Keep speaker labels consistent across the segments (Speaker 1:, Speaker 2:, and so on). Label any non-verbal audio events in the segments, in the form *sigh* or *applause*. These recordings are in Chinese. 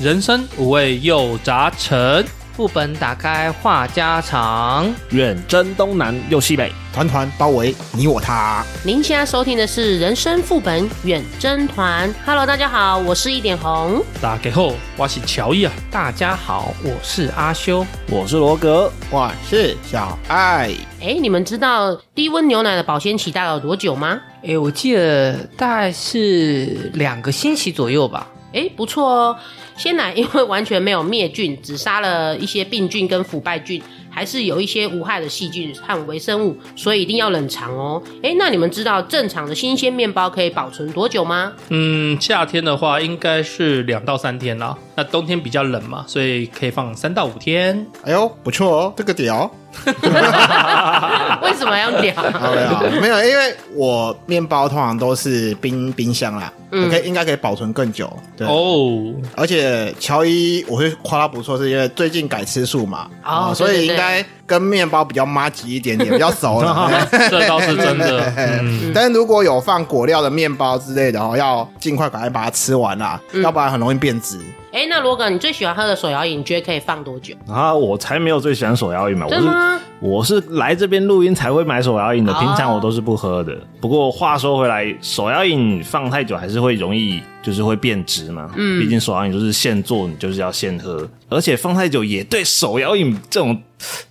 Speaker 1: 人生五味又杂陈。
Speaker 2: 副本打开话家常。
Speaker 3: 远征东南又西北，
Speaker 4: 团团包围你我他。
Speaker 2: 您现在收听的是《人生副本远征团》。Hello，大家好，我是一点红。
Speaker 1: 打给后，我是乔伊啊。
Speaker 2: 大家好，我是阿修。
Speaker 3: 我是罗格。
Speaker 4: 我是小爱，
Speaker 2: 哎，你们知道低温牛奶的保鲜期大概有多久吗？
Speaker 5: 哎、我记得大概是两个星期左右吧。
Speaker 2: 哎，不错哦，鲜奶因为完全没有灭菌，只杀了一些病菌跟腐败菌，还是有一些无害的细菌和微生物，所以一定要冷藏哦。哎，那你们知道正常的新鲜面包可以保存多久吗？
Speaker 1: 嗯，夏天的话应该是两到三天啦。那冬天比较冷嘛，所以可以放三到五天。
Speaker 4: 哎呦，不错哦，这个屌。
Speaker 2: 为什么要聊？
Speaker 4: 好呀，没有，因为我面包通常都是冰冰箱啦，
Speaker 2: 嗯
Speaker 4: 我可以应该可以保存更久。对，
Speaker 1: 哦，
Speaker 4: 而且乔伊我会夸他不错，是因为最近改吃素嘛，
Speaker 2: 哦
Speaker 4: 啊
Speaker 2: 对
Speaker 4: 所
Speaker 2: 对
Speaker 4: 以应
Speaker 2: 对
Speaker 4: 该跟面包比较妈吉一点点，比较熟了。
Speaker 1: *laughs* 这倒是真的。嗯，
Speaker 4: *laughs* 但是如果有放果料的面包之类的哦，要尽快赶快把它吃完啦，要不然很容易变质。
Speaker 2: 哎，那罗哥，你最喜欢喝的手摇饮，你觉得可以放多久？
Speaker 3: 啊，我才没有最喜欢手摇饮嘛，我
Speaker 2: 真的
Speaker 3: 是
Speaker 2: 吗？
Speaker 3: 我是来这边录音才会买手摇饮的，
Speaker 2: 哦
Speaker 3: 平常我都是不喝的。不过话说回来，手摇饮放太久还是会容易就是会变质嘛，嗯，毕竟手摇饮就是现做，你就是要现喝，而且放太久也对手摇饮这种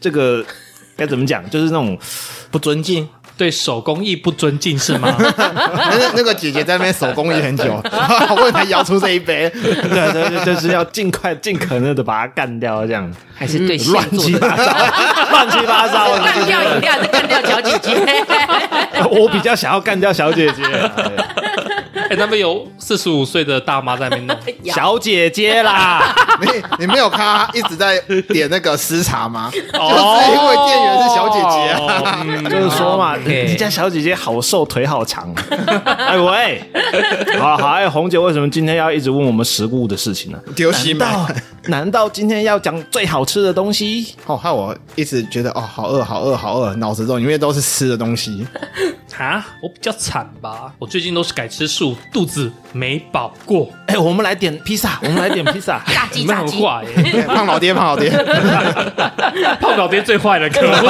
Speaker 3: 这个该怎么讲，就是那种
Speaker 4: 不尊敬，
Speaker 1: 对手工艺不尊敬是吗？
Speaker 4: 那那个姐姐在那边手工艺很久， *laughs* 我也才摇出这一杯。
Speaker 3: 对对对，就是要尽快、尽可能的把它干掉，这样嗯
Speaker 5: 还是对
Speaker 3: 乱
Speaker 5: 星座
Speaker 3: 七
Speaker 5: 的
Speaker 3: 八糟， *laughs* 乱七八糟的。
Speaker 2: *laughs* 干掉饮料，还是干掉小姐姐？
Speaker 3: *laughs* 我比较想要干掉小姐啊姐，
Speaker 1: 哎、那边有四十五岁的大妈在那边弄。
Speaker 2: 呀
Speaker 3: 小姐姐啦，
Speaker 4: 你你没有看她一直在点那个私茶吗？
Speaker 3: 哦
Speaker 4: 就是因为店员是小姐姐啊。
Speaker 3: 嗯就是说嘛，
Speaker 5: OK
Speaker 3: 人家小姐姐好瘦，腿好长。哎喂，好好哎，红姐为什么今天要一直问我们食物的事情呢？
Speaker 4: 丢西
Speaker 3: 难
Speaker 4: 麦 *laughs*
Speaker 3: 道难道今天要讲最好吃的东西？
Speaker 4: 哦，害我一直觉得哦，好饿，好饿，好饿，脑子中里面都是吃的东西。
Speaker 1: 啊，我比较惨吧，我最近都是改吃素，肚子没饱过。
Speaker 3: 哎，我们来点披萨，我们来点披萨。
Speaker 2: 炸鸡
Speaker 1: 你们
Speaker 2: 炸
Speaker 1: 很
Speaker 2: 鸡，
Speaker 1: 坏耶，
Speaker 4: 哎胖老爹，胖老爹，
Speaker 1: *laughs* 胖老爹最坏了，可恶！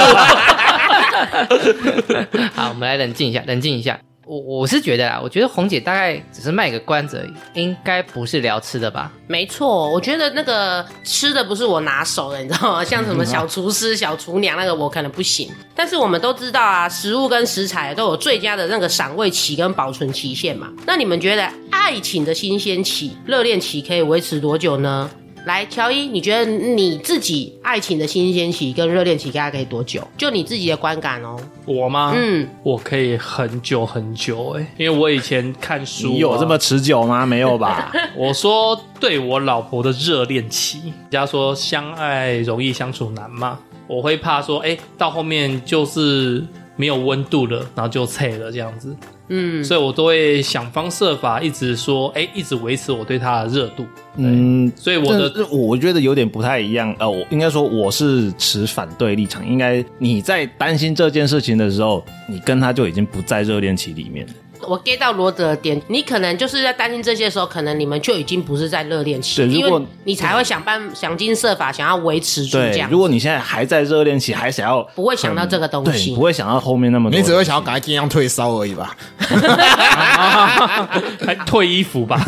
Speaker 2: *laughs*
Speaker 5: 好，我们来冷静一下，冷静一下。我我是觉得啦，我觉得红姐大概只是卖个关子而已，应该不是聊吃的吧？
Speaker 2: 没错，我觉得那个吃的不是我拿手的，你知道吗？嗯像什么小厨师、小厨娘那个，我可能不行。但是我们都知道啊，食物跟食材都有最佳的那个赏味期跟保存期限嘛。那你们觉得爱情的新鲜期、热恋期可以维持多久呢？来，乔伊，你觉得你自己爱情的新鲜期跟热恋期大概可以多久？就你自己的观感哦。
Speaker 1: 我吗？
Speaker 2: 嗯，
Speaker 1: 我可以很久很久哎、因为我以前看书啊、
Speaker 3: 你有这么持久吗？没有吧？
Speaker 1: 我说对我老婆的热恋期，人家说相爱容易相处难嘛，我会怕说，哎、到后面就是没有温度了，然后就脆了这样子。
Speaker 2: 啊
Speaker 1: 嗯，所以我都会想方设法，一直说，哎、一直维持我对她的热度。
Speaker 3: 嗯，
Speaker 1: 所以我的
Speaker 3: 这我觉得有点不太一样。呃，我应该说我是持反对立场。应该你在担心这件事情的时候，你跟他就已经不在热恋期里面了。
Speaker 2: 我 get 到罗德的点，你可能就是在担心这些时候，可能你们就已经不是在热恋期，
Speaker 3: 对如
Speaker 2: 因
Speaker 3: 果
Speaker 2: 为你才会想办想尽设法想要维持住这
Speaker 3: 对，
Speaker 2: 样。
Speaker 3: 如果你现在还在热恋期，还想要
Speaker 2: 不会想到这个东
Speaker 3: 对，
Speaker 2: 西
Speaker 3: 不，会想到后面那么多。
Speaker 4: 你只会想要赶快尽量退烧而已吧？
Speaker 1: 还退衣服
Speaker 3: *laughs*
Speaker 1: 吧，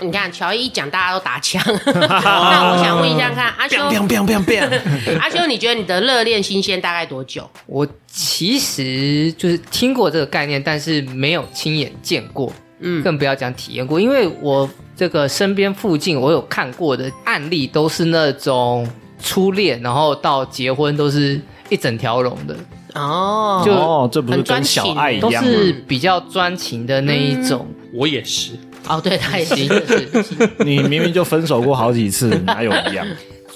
Speaker 2: 你看乔伊一讲大家都打
Speaker 3: *laughs*
Speaker 2: 枪。 *laughs* 那我想问一下看，阿修，
Speaker 3: biang biang biang biang *laughs* biang
Speaker 2: 阿修，你觉得你的热恋新鲜大概多久？
Speaker 5: 我其实就是听过这个概念，但是没有亲眼见过，
Speaker 2: 嗯
Speaker 5: 更不要讲体验过，因为我这个身边附近我有看过的案例，都是那种初恋，然后到结婚都是一整条龙的，
Speaker 2: 哦，
Speaker 5: 就
Speaker 3: 哦，这不是跟小爱一
Speaker 5: 都
Speaker 3: 样吗？
Speaker 5: 是比较专情的那一种。
Speaker 1: 我也是。
Speaker 2: 哦，对，他也
Speaker 5: 行
Speaker 2: 是。
Speaker 5: 是
Speaker 3: *laughs*
Speaker 5: 是
Speaker 3: 你明明就分手过好几次，哪有一样？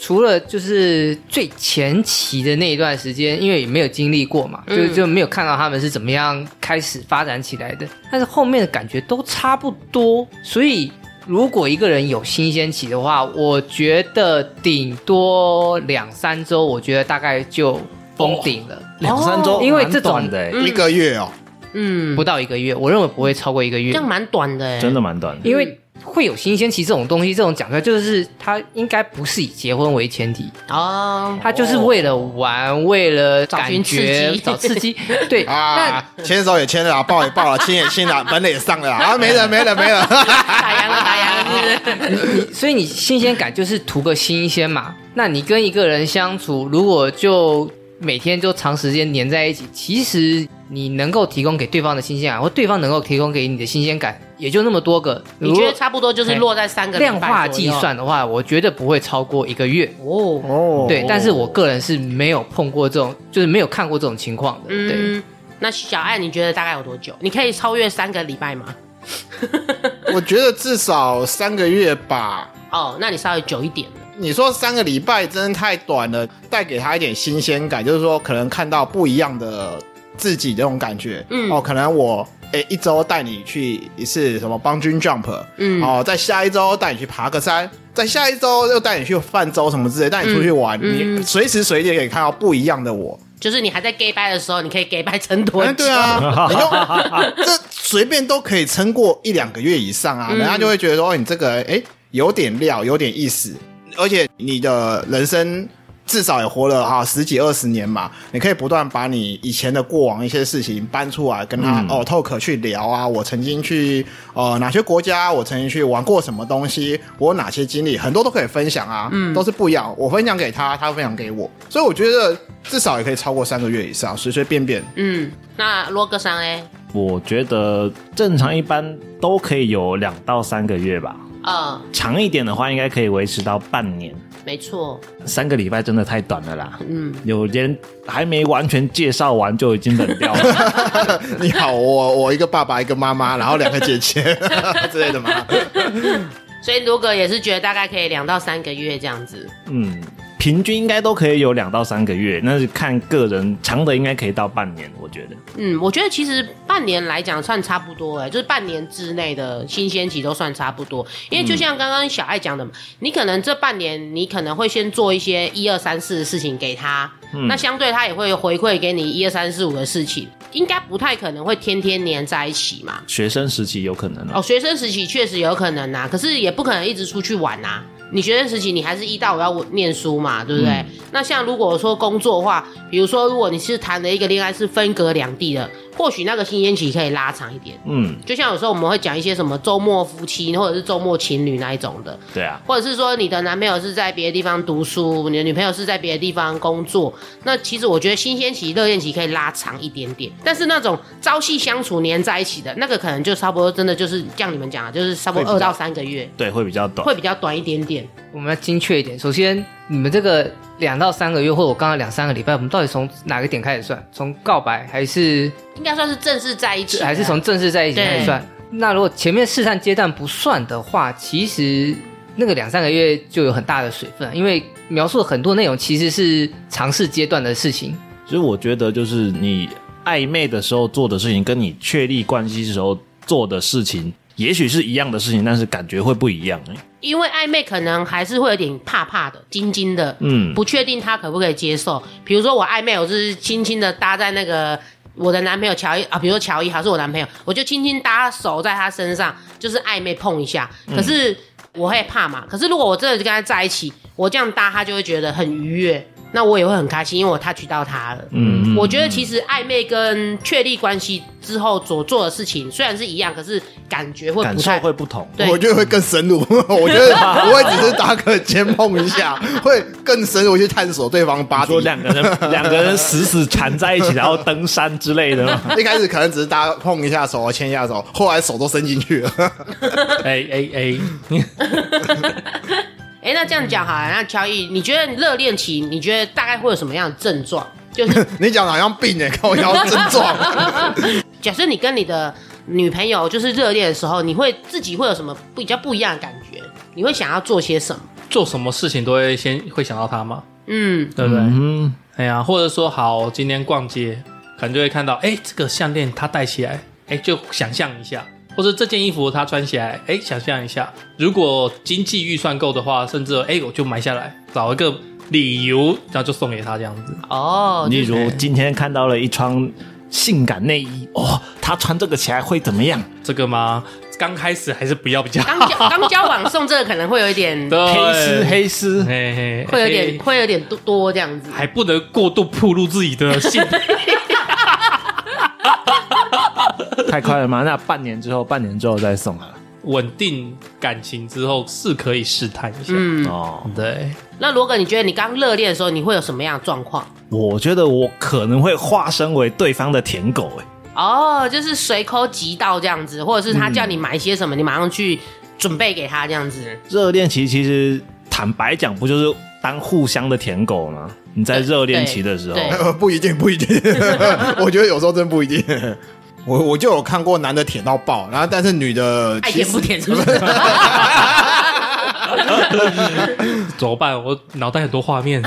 Speaker 5: 除了就是最前期的那一段时间，因为也没有经历过嘛，
Speaker 2: 嗯
Speaker 5: 就就没有看到他们是怎么样开始发展起来的。但是后面的感觉都差不多，所以如果一个人有新鲜期的话，我觉得顶多两三周，我觉得大概就封顶
Speaker 3: *laughs*
Speaker 5: 了，
Speaker 2: 哦
Speaker 3: 两三周，
Speaker 5: 因为这种
Speaker 3: 蛮短的欸，
Speaker 4: 一个月哦，
Speaker 2: 嗯，
Speaker 5: 不到一个月，我认为不会超过一个
Speaker 2: 这
Speaker 5: 月
Speaker 2: 样，蛮短的哎。
Speaker 3: 真的蛮短的。
Speaker 5: 因为。会有新鲜期这种东西，这种讲出来就是它应该不是以结婚为前提，
Speaker 2: 哦，
Speaker 5: 它就是为了玩，为了感觉
Speaker 2: 找
Speaker 5: 找
Speaker 2: 寻
Speaker 5: 刺
Speaker 2: 刺激
Speaker 5: 激。
Speaker 2: *laughs*
Speaker 5: 对，那
Speaker 4: 啊，牵手也牵了啦，抱也抱了，亲也亲了，本也上了啦，啊，没了没了没了， *laughs*
Speaker 2: 打烊了，打
Speaker 3: *laughs*
Speaker 2: 烊了，是不是？
Speaker 5: 所以你新鲜感就是图个新鲜嘛。那你跟一个人相处，如果就每天就长时间黏在一起，其实你能够提供给对方的新鲜感，或对方能够提供给你的新鲜感，也就那么多个。
Speaker 2: 你觉得差不多就是落在三个
Speaker 5: 如果
Speaker 2: 礼拜
Speaker 5: 量化
Speaker 2: 左
Speaker 5: 计
Speaker 2: 右
Speaker 5: 算的话，我觉得不会超过一个月。
Speaker 2: 哦。
Speaker 4: 哦
Speaker 5: 对，但是我个人是没有碰过这种，就是没有看过这种情况的。对，
Speaker 2: 嗯，那小爱你觉得大概有多久？你可以超越三个礼拜吗？
Speaker 4: 我觉得至少三个月吧。
Speaker 2: 哦，那你稍微久一点了。
Speaker 4: 你说三个礼拜真的太短了，带给他一点新鲜感，就是说可能看到不一样的自己这种感觉。
Speaker 2: 嗯
Speaker 4: 哦，可能我诶一周带你去一次什么 bungee jump，
Speaker 2: 嗯
Speaker 4: 哦，在下一周带你去爬个山，在下一周又带你去泛舟什么之类，带你出去玩，
Speaker 2: 嗯
Speaker 4: 你随时随地可以看到不一样的我。
Speaker 2: 就是你还在 gay 拜的时候，你可以 gay 拜成多久？
Speaker 4: 嗯，对，啊， *laughs* 你就这随便都可以撑过一两个月以上啊，人家就会觉得说哦你这个哎有点料，有点意思，而且你的人生。至少也活了哈十几二十年嘛，你可以不断把你以前的过往一些事情搬出来，跟他、哦 talk 去聊啊。我曾经去呃哪些国家，我曾经去玩过什么东西，我有哪些经历，很多都可以分享啊。嗯，都是不一样，我分享给他，他分享给我，所以我觉得至少也可以超过三个月以上，随随便便
Speaker 2: 嗯，那罗格桑哎，
Speaker 3: 我觉得正常一般都可以有两到三个月吧，
Speaker 2: 呃，
Speaker 3: 长一点的话应该可以维持到半年。
Speaker 2: 没错，
Speaker 3: 三个礼拜真的太短了啦，
Speaker 2: 嗯，
Speaker 3: 有些人还没完全介绍完就已经冷掉
Speaker 2: *laughs*
Speaker 3: 了。
Speaker 4: *laughs* 你好，我我一个爸爸，一个妈妈，然后两个姐
Speaker 2: *laughs*
Speaker 4: 姐之类的嘛。
Speaker 2: 所以罗格也是觉得大概可以两到三个月这样子。
Speaker 3: 嗯，平均应该都可以有两到三个月，那是看个人，长的应该可以到半年，我觉得。
Speaker 2: 嗯，我觉得其实半年来讲算差不多哎、就是半年之内的新鲜期都算差不多。因为就像刚刚小爱讲的嘛，你可能这半年你可能会先做一些一二三四的事情给他，那相对他也会回馈给你一二三四五的事情，应该不太可能会天天黏在一起嘛。
Speaker 3: 学生时期有可能
Speaker 2: 哦，
Speaker 3: 了，
Speaker 2: 学生时期确实有可能呐、可是也不可能一直出去玩呐、你学生时期，你还是一到五要念书嘛，对不对？那像如果说工作的话，比如说如果你是谈了一个恋爱是分隔两地的，或许那个新鲜期可以拉长一点。
Speaker 3: 嗯，
Speaker 2: 就像有时候我们会讲一些什么周末夫妻或者是周末情侣那一种的，
Speaker 3: 对啊，
Speaker 2: 或者是说你的男朋友是在别的地方读书，你的女朋友是在别的地方工作，那其实我觉得新鲜期、热恋期可以拉长一点点，但是那种朝夕相处、黏在一起的那个，可能就差不多真的就是像你们讲的，就是差不多
Speaker 3: 会
Speaker 2: 二
Speaker 3: 比较
Speaker 2: 到三个月，
Speaker 3: 对，会比较短。
Speaker 2: 会比较短一点点。
Speaker 5: 我们要精确一点。首先，你们这个两到三个月，或者我刚刚两三个礼拜，我们到底从哪个点开始算？从告白还是
Speaker 2: 应该算是正式在一起，
Speaker 5: 还是从正式在一起
Speaker 2: 对
Speaker 5: 开始算？那如果前面试探阶段不算的话，其实那个两三个月就有很大的水分，因为描述很多内容其实是尝试阶段的事情。
Speaker 3: 其实我觉得，就是你暧昧的时候做的事情，跟你确立关系时候做的事情，也许是一样的事情，但是感觉会不一样、欸。
Speaker 2: 因为暧昧可能还是会有点怕怕的、惊惊的，
Speaker 3: 嗯
Speaker 2: 不确定他可不可以接受。比如说我暧昧，我是轻轻的搭在那个我的男朋友乔伊啊，比如说乔伊还是我男朋友，我就轻轻搭手在他身上，就是暧昧碰一下。
Speaker 3: 嗯
Speaker 2: 可是我会怕嘛？可是如果我真的就跟他在一起，我这样搭他就会觉得很愉悦，那我也会很开心，因为我 touch 到他了。
Speaker 3: 嗯，
Speaker 2: 我觉得其实暧昧跟确立关系之后所做的事情虽然是一样，可是感觉会
Speaker 3: 感
Speaker 2: 不
Speaker 3: 受
Speaker 2: 太
Speaker 3: 会不同。
Speaker 2: 对
Speaker 4: 我觉得会更深入， *laughs* 我觉得不会只是搭个肩碰一
Speaker 2: *laughs*
Speaker 4: 下，会更深入去探索对方八
Speaker 3: 说
Speaker 4: 字。
Speaker 3: 两个人两个人死死缠在一起，然后登山之类的吗，
Speaker 4: 一开始可能只是搭碰一下手、牵一下手，后来手都伸进去了。 *laughs*
Speaker 1: 哎哎哎，
Speaker 2: 哎、那这样讲好了，那乔伊，你觉得热恋期，你觉得大概会有什么样的症状？就是
Speaker 4: 你讲的好像病哎、欸，看我腰症状。
Speaker 2: 假设你跟你的女朋友就是热恋的时候，你会自己会有什么比较不一样的感觉？你会想要做些什么？
Speaker 1: 做什么事情都会先会想到他嘛，
Speaker 2: 嗯，
Speaker 1: 对不对？
Speaker 3: 嗯，
Speaker 1: 哎呀，或者说好，今天逛街，可能就会看到，哎，这个项链他戴起来，哎，就想象一下；或者这件衣服他穿起来，哎，想象一下。如果经济预算够的话，甚至哎，我就买下来，找一个理由，然后就送给他这样子。
Speaker 2: 哦，
Speaker 3: 例如今天看到了一双性感内衣哦，她穿这个起来会怎么样？
Speaker 1: 这个吗？刚开始还是不要比较
Speaker 2: 刚交刚交往送这个可能会有一点，
Speaker 1: 对
Speaker 3: 黑丝黑丝，
Speaker 1: 嘿嘿，
Speaker 2: 会有点
Speaker 1: 嘿
Speaker 2: 会有点多多这样子。
Speaker 1: 还不能过度暴露自己的性癖。
Speaker 3: 太快了吗？那半年之后，半年之后再送好了。
Speaker 1: 稳定感情之后是可以试探一下，
Speaker 2: 嗯，
Speaker 3: 哦，
Speaker 1: 对，
Speaker 2: 那罗哥，你觉得你刚热恋的时候，你会有什么样的状况？
Speaker 3: 我觉得我可能会化身为对方的舔狗、欸，
Speaker 2: 哦，就是随口即到这样子，或者是他叫你买些什么，你马上去准备给他这样子。
Speaker 3: 热恋期其实坦白讲，不就是当互相的舔狗吗？你在热恋期的时候，
Speaker 2: *laughs* 对对
Speaker 4: 呃， *laughs* 不一定，不一定。我觉得有时候真不一定。我我就有看过男的舔到爆，然后但是女的
Speaker 2: 爱
Speaker 4: 其
Speaker 2: 舔
Speaker 4: 实
Speaker 2: 不舔是不是？
Speaker 1: 怎么办？我脑袋很多画
Speaker 2: *laughs*
Speaker 1: 面，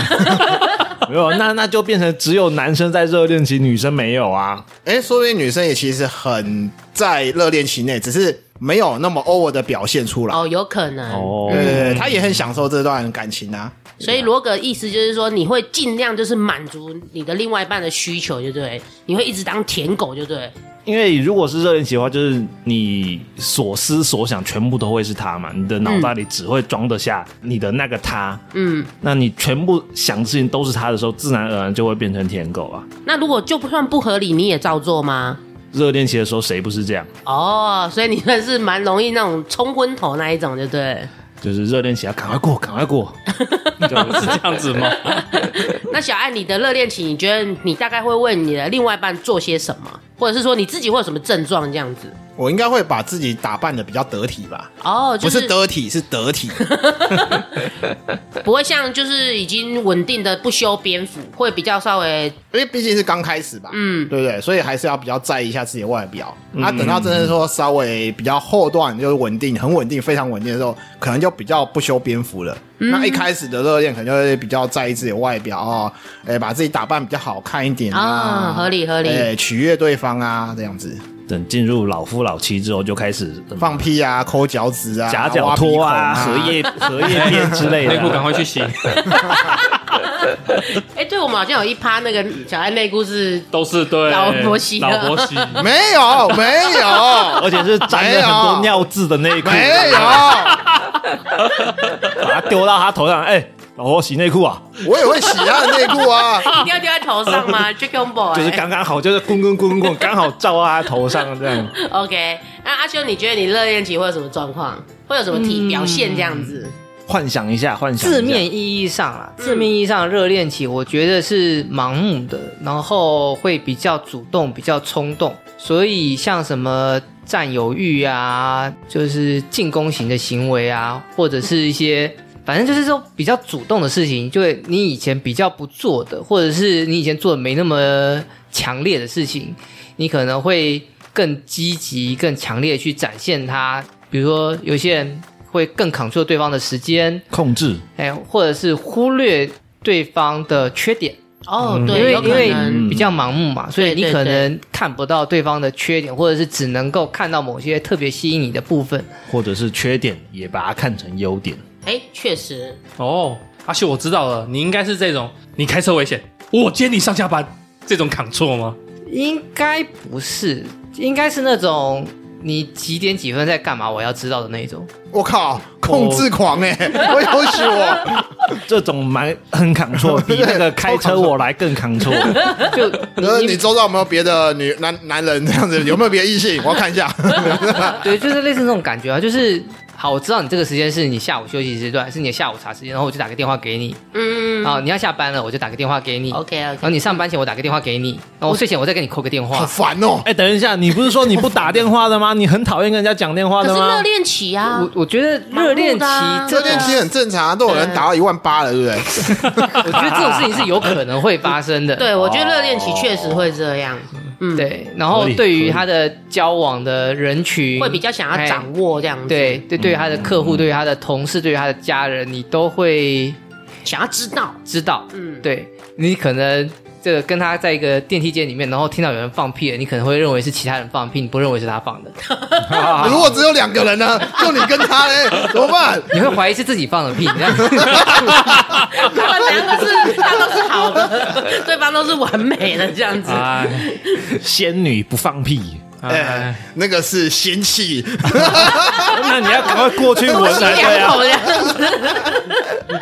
Speaker 3: 没有，那那就变成只有男生在热恋期，女生没有啊。
Speaker 4: 哎、说不定女生也其实很在热恋期内，只是没有那么 over 的表现出来。
Speaker 2: 哦，有可能。
Speaker 3: 哦，
Speaker 4: 对，她也很享受这段感情啊。
Speaker 2: 所以罗格意思就是说，你会尽量就是满足你的另外一半的需求，就对，你会一直当舔狗，就对。
Speaker 3: 因为如果是热恋期的话，就是你所思所想全部都会是他嘛，你的脑袋里只会装得下你的那个他。
Speaker 2: 嗯，
Speaker 3: 那你全部想的事情都是他的时候，自然而然就会变成舔狗啊。
Speaker 2: 那如果就算不合理，你也照做吗？
Speaker 3: 热恋期的时候，谁不是这样？
Speaker 2: 哦，所以你算是蛮容易那种冲昏头那一种，就对。
Speaker 4: *laughs*
Speaker 3: 就是热恋期要赶快过，赶快过，就是
Speaker 1: 是这样子吗？
Speaker 2: 那小艾，你的热恋期，你觉得你大概会为你的另外一半做些什么，或者是说你自己会有什么症状这样子？
Speaker 4: 我应该会把自己打扮的比较得体吧，
Speaker 2: 哦，
Speaker 4: 不
Speaker 2: 就
Speaker 4: 是得体，是得体。
Speaker 2: 不会像就是已经稳定的不修边幅，会比较稍微
Speaker 4: 因为毕竟是刚开始吧，
Speaker 2: 嗯
Speaker 4: 对不对？所以还是要比较在意一下自己的外表。啊，等到真的说稍微比较后段，就是稳定、很稳定、非常稳定的时候，可能就比较不修边幅了。
Speaker 2: 嗯
Speaker 4: 那一开始的热恋，可能就会比较在意自己的外表哦，哎，把自己打扮比较好看一点啊，
Speaker 2: 啊、合理合理。
Speaker 4: 哎，取悦对方啊，这样子
Speaker 3: 等进入老夫老妻之后，就开始嗯
Speaker 4: 放屁啊，抠脚趾啊，
Speaker 3: 夹脚拖啊、
Speaker 4: 挖鼻
Speaker 3: 荷
Speaker 4: 孔啊
Speaker 3: 叶荷叶边之类
Speaker 1: 内
Speaker 4: *laughs*
Speaker 1: 裤赶
Speaker 3: 的。
Speaker 1: 快去
Speaker 2: *laughs*
Speaker 1: 洗，
Speaker 2: 哎、对我们好像有一趴那个小艾内裤是
Speaker 1: 都是对
Speaker 2: 老婆洗
Speaker 1: 老婆
Speaker 2: *laughs*
Speaker 1: 洗，
Speaker 4: 没有，没有，
Speaker 3: 而且是沾着很多尿渍的内裤，
Speaker 4: 没
Speaker 3: *laughs*
Speaker 4: 有，
Speaker 3: 把它丢到他头上。哎、老婆洗内裤啊，
Speaker 4: 我也会洗他的内裤啊。
Speaker 2: *laughs* 一定要丢在头上
Speaker 5: *laughs*
Speaker 2: 吗哎？Chicken boy，
Speaker 3: 就是刚刚好，就是滚滚滚滚，刚好照到他头上这样。
Speaker 2: OK。那阿修，你觉得你热恋期会有什么状况？会有什么体、表现这样
Speaker 5: 嗯
Speaker 2: 子？
Speaker 3: *laughs* 幻想一下，幻想一下
Speaker 5: 字面意义上啦，嗯字面意义上热恋期，我觉得是盲目的，然后会比较主动，比较冲动，所以像什么占有欲啊，就是进攻型的行为啊，或者是一些。反正就是说比较主动的事情，就会你以前比较不做的，或者是你以前做的没那么强烈的事情，你可能会更积极、更强烈地去展现它。比如说，有些人会更 control 对方的时间，
Speaker 3: 控制，
Speaker 5: 哎，或者是忽略对方的缺点，
Speaker 2: 哦，
Speaker 5: 嗯因
Speaker 2: 对，
Speaker 5: 为
Speaker 2: 有可
Speaker 5: 因为
Speaker 2: 能。嗯
Speaker 5: 比较盲目嘛，所以
Speaker 2: 对对
Speaker 5: 你可能看不到对方的缺点，或者是只能够看到某些特别吸引你的部分。
Speaker 3: 或者是缺点，也把它看成优点。
Speaker 2: 哎，确实，
Speaker 1: 哦，阿秀，我知道了，你应该是这种，你开车危险，我接你上下班，这种扛错吗？
Speaker 5: 应该不是，应该是那种你几点几分在干嘛，我要知道的那种。
Speaker 4: 我靠，控制狂哎、我有许我，
Speaker 3: 这种蛮很扛错，比那个开车我来更扛错。
Speaker 5: 就
Speaker 2: *laughs*
Speaker 4: 就是
Speaker 5: 你
Speaker 4: 你
Speaker 5: 你
Speaker 4: 周遭有没有别的女男男人这样子？有没有别的异性？我要看一下。
Speaker 5: 对，就是类似那种感觉啊，就是好，我知道你这个时间是你下午休息时段，是你的下午茶时间，然后我就打个电话给你，
Speaker 2: 嗯
Speaker 5: 啊，你要下班了，我就打个电话给你。
Speaker 2: ，OK
Speaker 5: 然
Speaker 2: OK，
Speaker 5: 后你上班前我打个电话给你，然后我睡前我再给你扣个电
Speaker 4: 好
Speaker 5: 话。
Speaker 4: 烦哦、
Speaker 3: 哎、等一下，你不是说你不打电话的吗？你很讨厌跟人家讲电话
Speaker 2: 可
Speaker 3: 的
Speaker 2: 是热
Speaker 3: 吗？
Speaker 2: 恋期啊
Speaker 5: 我，我觉得热恋期
Speaker 4: 这
Speaker 5: 这种
Speaker 4: 电，梯很正常啊，都有人打到一万八了，对不对？
Speaker 5: 我觉得这种事情是有可能会发
Speaker 2: *laughs*
Speaker 5: 生的。
Speaker 2: 对我觉得热恋期确实会这样，嗯，，
Speaker 5: 哦对，然后对于他的交往的人群，哎
Speaker 2: 会比较想要掌握这样子，嗯
Speaker 5: 对对，对于他的客户，对于他的同事，对于他的家人，你都会
Speaker 2: 想要知道， *laughs*
Speaker 5: 知道，
Speaker 2: 嗯，
Speaker 5: 对你可能这个跟他在一个电梯间里面，然后听到有人放屁了，你可能会认为是其他人放屁，你不认为是他放的，
Speaker 4: 如果只有两个人呢，就你跟他嘞，怎么办？
Speaker 5: 你会怀疑是自己放的屁，你知道吗
Speaker 2: 他们两个是他都是好
Speaker 5: *laughs*
Speaker 2: 的，对方都是完美的这样子。
Speaker 5: 啊
Speaker 1: 哎
Speaker 3: 仙女不放 *laughs* 屁，
Speaker 4: 哎
Speaker 1: 哎，，
Speaker 2: *laughs*
Speaker 4: 那个是仙气，
Speaker 3: 那你要赶快啊过去闻
Speaker 2: 吸
Speaker 3: 才对
Speaker 2: 两
Speaker 3: 啊。
Speaker 2: 口这样子，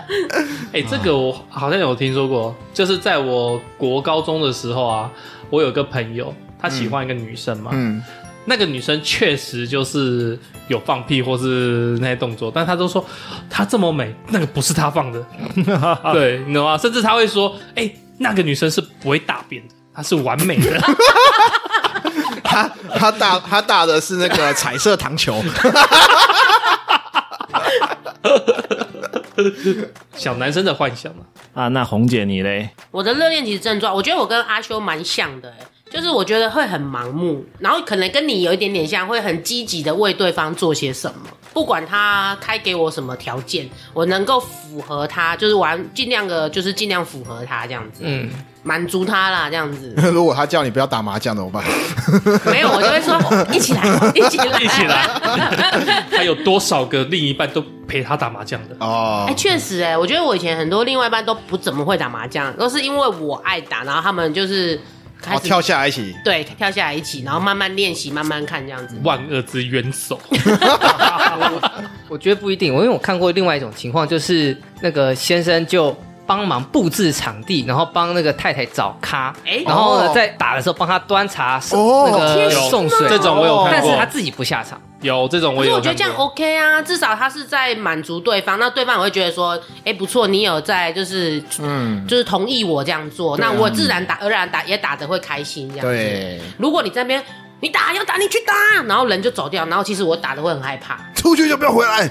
Speaker 1: 哎，这个我好像有听说过，就是在我国高中的时候啊，我有个朋友，他喜欢一个女生嘛，
Speaker 4: 嗯，
Speaker 1: 那个女生确实就是有放屁或是那些动作，但她都说她这么美，那个不是她放的，
Speaker 4: *laughs*
Speaker 1: 对，你懂吗？甚至她会说，哎、那个女生是不会大便的，她是完美的。 *laughs*
Speaker 4: 他他打他打的是那个彩色糖球，。
Speaker 1: 小男生的幻想嘛，
Speaker 3: 啊，那红姐你嘞？
Speaker 2: 我的热恋期症状，我觉得我跟阿修蛮像的、欸就是我觉得会很盲目，然后可能跟你有一点点像，会很积极的为对方做些什么，不管他开给我什么条件，我能够符合他，就是玩尽量的，就是尽量符合他这样子，
Speaker 5: 嗯，
Speaker 2: 满足他啦，这样子
Speaker 4: 如果他叫你不要打麻将怎么办？
Speaker 2: 没有，我就会说哦一起来，一起来，
Speaker 1: 一起来。 *laughs* 还有多少个另一半都陪他打麻将的？
Speaker 4: 哦
Speaker 2: 哎、，确实哎、我觉得我以前很多另外一半都不怎么会打麻将，都是因为我爱打，然后他们哎就是开
Speaker 4: 哦，
Speaker 2: 始、
Speaker 4: 跳下来一起，
Speaker 2: 对跳下来一起，然后慢慢练习，慢慢看这样子。
Speaker 1: 万恶之冤首，
Speaker 5: 我觉得不一定，我因为我看过另外一种情况，就是那个先生就。帮忙布置场地，然后帮那个太太找咖，
Speaker 2: 哎
Speaker 5: 然后呢，
Speaker 4: 哦
Speaker 5: 在打的时候帮他端茶送、
Speaker 4: 哦
Speaker 5: 那个
Speaker 2: 贴心啊
Speaker 5: 送水，
Speaker 1: 这种我有看
Speaker 5: 但是
Speaker 1: 过，
Speaker 5: 他自己不下场。
Speaker 1: 有这种
Speaker 2: 可
Speaker 1: 我
Speaker 2: 是
Speaker 1: 有
Speaker 2: 我
Speaker 1: 看过。
Speaker 2: 觉得这样 OK 啊，至少他是在满足对方，那对方也会觉得说，哎、不错，你有在就是
Speaker 4: 嗯，
Speaker 2: 就是同意我这样做，
Speaker 1: 啊
Speaker 2: 那我自然打而然打也打得会开心这样子。，
Speaker 4: 对，
Speaker 2: 如果你在那边你打要打你去打，然后人就走掉，然后其实我打的会很害怕。
Speaker 4: 出去就不要回来。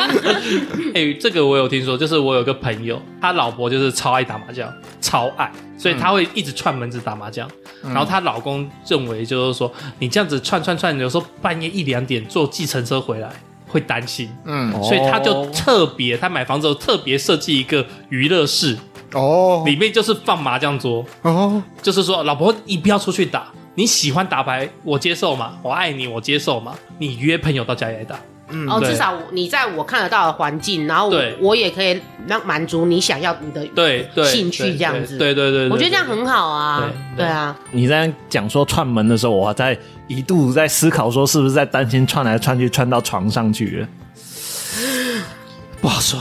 Speaker 1: *laughs* 哎、这个我有听说，就是我有个朋友，他老婆就是超爱打麻将，超爱，所以他会一直串门子打麻将。然后她老公认为就是说，你这样子串串串，有时候半夜一两点坐计程车回来会担心，
Speaker 4: 嗯，
Speaker 1: 所以他就特别，他买房子后特别设计一个娱乐室，
Speaker 4: 哦，
Speaker 1: 里面就是放麻将桌，
Speaker 4: 哦，
Speaker 1: 就是说，老婆你不要出去打，你喜欢打牌，我接受嘛，我爱你，我接受嘛，你约朋友到家里来打。
Speaker 2: 哦，
Speaker 1: 嗯对
Speaker 2: 至少你在我看得到的环境，然后我
Speaker 1: 对
Speaker 2: 我也可以让满足你想要你的。
Speaker 1: 对对，
Speaker 2: 兴趣
Speaker 1: 对
Speaker 2: 这样子
Speaker 1: 对对对，对
Speaker 2: 我觉得这样
Speaker 1: 对
Speaker 2: 很好啊，
Speaker 1: 对对
Speaker 2: 对啊，
Speaker 3: 你在讲说串门的时候，我还在一度在思考说是不是在担心串来串去串到床上去了。
Speaker 1: 不好说。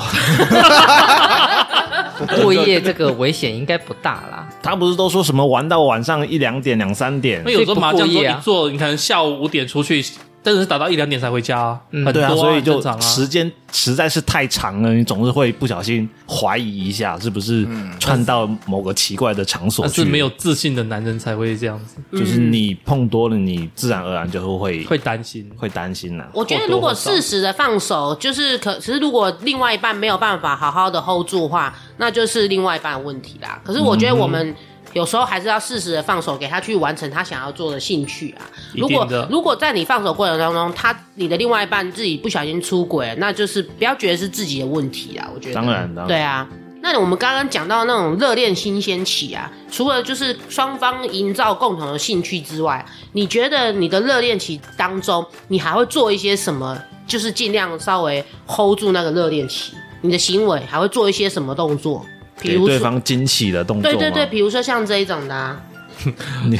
Speaker 5: 过夜这个危险应该不大啦。
Speaker 1: *laughs*
Speaker 3: 他不是都说什么玩到晚上一两点、两三点
Speaker 1: 那？有时候麻将
Speaker 5: 所以不过
Speaker 1: 桌
Speaker 5: 夜
Speaker 1: 一
Speaker 5: 啊
Speaker 1: 坐，你可能下午五点出去，真的是打到一两点才回家啊，
Speaker 5: 嗯
Speaker 1: 很多
Speaker 3: 对啊，所以就
Speaker 1: 很正常啊。
Speaker 3: 时间实在是太长了，你总是会不小心怀疑一下，是不是串到某个奇怪的场所
Speaker 1: 但
Speaker 3: 去？
Speaker 1: 是没有，自信的男人才会这样子，
Speaker 3: 就是你碰多了，你自然而然就会
Speaker 1: 嗯会担心。
Speaker 3: 会担心啦、
Speaker 2: 我觉得如果适时的放手，就是可，可是如果另外一半没有办法好好的 hold 住的话，那就是另外一半的问题啦。可是我觉得我们有时候还是要适时的放手，给他去完成他想要做的兴趣啊。
Speaker 1: 一
Speaker 2: 如
Speaker 1: 定
Speaker 2: 果
Speaker 1: 的
Speaker 2: 如果在你放手过程当中，他你的另外一半自己不小心出轨，那就是不要觉得是自己的问题啊。我觉得
Speaker 3: 当然当然
Speaker 2: 对啊。那我们刚刚讲到那种热恋新鲜期啊，除了就是双方营造共同的兴趣之外，你觉得你的热恋期当中，你还会做一些什么？就是尽量稍微 hold 住那个热恋期，你的行为还会做一些什么动作？比
Speaker 3: 给
Speaker 2: 如
Speaker 3: 对
Speaker 2: 说，
Speaker 3: 方惊喜的动作嗯
Speaker 2: 对
Speaker 3: 吗？
Speaker 2: 对对，比如说像这一种的、啊，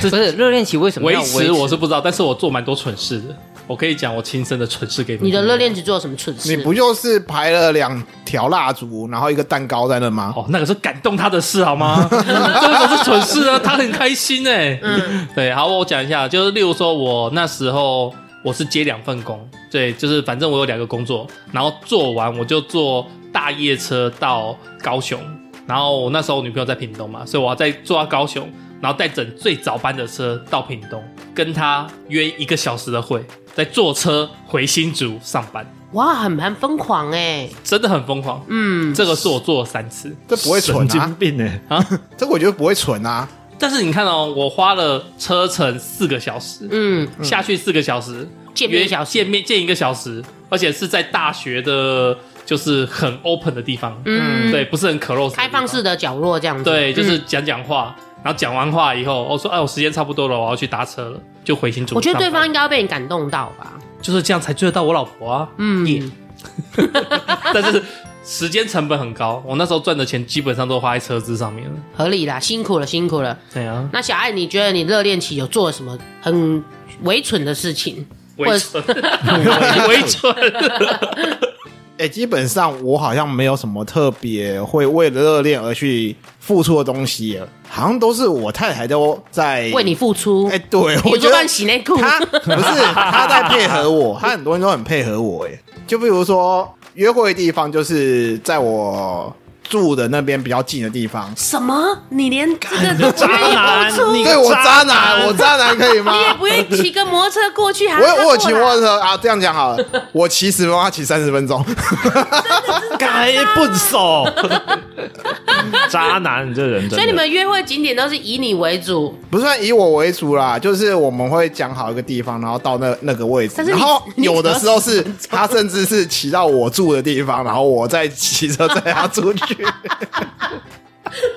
Speaker 5: 不是热恋期为什么
Speaker 1: 维
Speaker 5: 要维
Speaker 1: 持我是不知道，但是我做蛮多蠢事的，我可以讲我亲身的蠢事给你们
Speaker 2: 你
Speaker 1: 听。
Speaker 2: 的热恋期做了什么蠢事？
Speaker 4: 你不就是排了两条蜡烛，然后一个蛋糕在那吗？
Speaker 1: 哦，那个是感动他的事好吗？
Speaker 2: *laughs*
Speaker 1: 这个不是蠢事啊，他很开心哎、
Speaker 2: 嗯
Speaker 1: 对，好，我讲一下，就是例如说，我那时候我是接两份工，对，就是反正我有两个工作，然后做完我就坐大夜车到高雄，然后我那时候我女朋友在屏东嘛，所以我要再坐到高雄，然后再整最早班的车到屏东，跟她约一个小时的会，再坐车回新竹上班，
Speaker 2: 哇，很蛮疯狂哎、
Speaker 1: 真的很疯狂。
Speaker 2: 嗯，
Speaker 1: 这个是我做了三次，
Speaker 4: 这不会
Speaker 3: 神
Speaker 4: 蠢
Speaker 3: 经
Speaker 4: 啊，
Speaker 3: 病欸呢、
Speaker 4: 这我觉得不会蠢
Speaker 3: *laughs*
Speaker 4: 啊。
Speaker 1: 但是你看哦，我花了车程四个小时，
Speaker 2: 嗯，
Speaker 1: 下去四个小时，
Speaker 2: 见面一小时
Speaker 1: 见面见一个小时，而且是在大学的，就是很 open 的地方，
Speaker 2: 嗯，
Speaker 1: 对，，不是很 close，的地方
Speaker 2: 开放式的角落这样子，
Speaker 1: 啊对，就是讲讲话，然后讲完话以后，我、说，哎，我时间差不多了，我要去搭车了，就回新竹。
Speaker 2: 我觉得对方
Speaker 1: 上
Speaker 2: 应该要被你感动到
Speaker 1: 班
Speaker 2: 吧？
Speaker 1: 就是这样才追得到我老婆啊，
Speaker 2: 嗯，
Speaker 1: 也 *laughs* 但是时间成本很高，我那时候赚的钱基本上都花在车资上面了。
Speaker 2: 合理啦，辛苦了，辛苦了。
Speaker 1: 对啊，
Speaker 2: 那小爱，你觉得你热恋期有做了什么很愚蠢的事情？或者
Speaker 1: 微蠢，
Speaker 2: *laughs*
Speaker 1: 微蠢，
Speaker 4: *laughs* 哎、基本上我好像没有什么特别会为了热恋而去付出的东西耶，好像都是我太太都在
Speaker 2: 为你付出？
Speaker 4: 哎、对，
Speaker 2: 比
Speaker 4: 我
Speaker 2: 如
Speaker 4: 觉
Speaker 2: 说
Speaker 4: 得
Speaker 2: 帮你洗内裤，
Speaker 4: 他不是他在配合我，他很多人都很配合我。哎，就比如说约会的地方，就是在我住的那边比较近的地方。
Speaker 2: 什么？你连这个都不愿意
Speaker 3: 男
Speaker 2: *laughs* 付出？
Speaker 3: 你
Speaker 4: 对我渣男，我渣男可以 *laughs*
Speaker 2: *laughs*
Speaker 4: 吗
Speaker 2: 你？也不愿意骑个摩托车过去，还
Speaker 4: 我有我有
Speaker 2: 要
Speaker 4: 骑
Speaker 2: 啊过来
Speaker 4: 摩托车啊，这样讲好了，
Speaker 2: *laughs*
Speaker 4: 我骑十分钟，他骑三十分钟，
Speaker 3: 该笨手，渣男，你这人真的。
Speaker 2: 所以你们约会景点都是以你为主， *laughs*
Speaker 4: 不是算以我为主啦，就是我们会讲好一个地方，然后到那那个位置
Speaker 2: 但，是你
Speaker 4: 然后
Speaker 2: *laughs* 你
Speaker 4: 有的时候是他甚至是骑到我住的地方，然后我再骑车载他出
Speaker 2: *laughs*
Speaker 4: 去，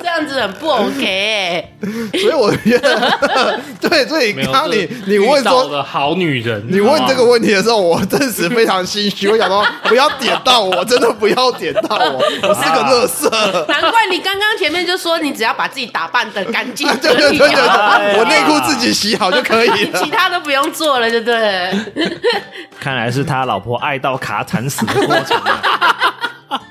Speaker 2: 这样子很不 OK
Speaker 4: *laughs*
Speaker 2: 欸、
Speaker 4: 所以我觉得，
Speaker 2: *laughs*
Speaker 4: 对，所以
Speaker 1: *laughs* 没有
Speaker 4: 刚刚啊你
Speaker 1: 这
Speaker 4: 你
Speaker 1: 遇
Speaker 4: 问
Speaker 1: 到
Speaker 4: 说
Speaker 1: 的好女人，
Speaker 4: 你问这个
Speaker 1: 好
Speaker 4: 问题的时候，我真是非常心虚。我想说，不要点到我，真的不要点到我，我是个乐 *laughs*
Speaker 2: *laughs*
Speaker 4: 色。
Speaker 2: 难怪你刚刚前面就说你只要把自己打扮的干净
Speaker 4: *laughs* 对对
Speaker 2: 得
Speaker 4: 对
Speaker 2: 体
Speaker 4: 对对，
Speaker 3: 哎呀
Speaker 4: 我内裤自己洗好就可以
Speaker 2: *laughs* 你
Speaker 4: 了
Speaker 2: 其。他都不用做了，对 *laughs* 不对？
Speaker 3: 看来是他老婆爱到卡惨死的过程、啊。
Speaker 1: 不好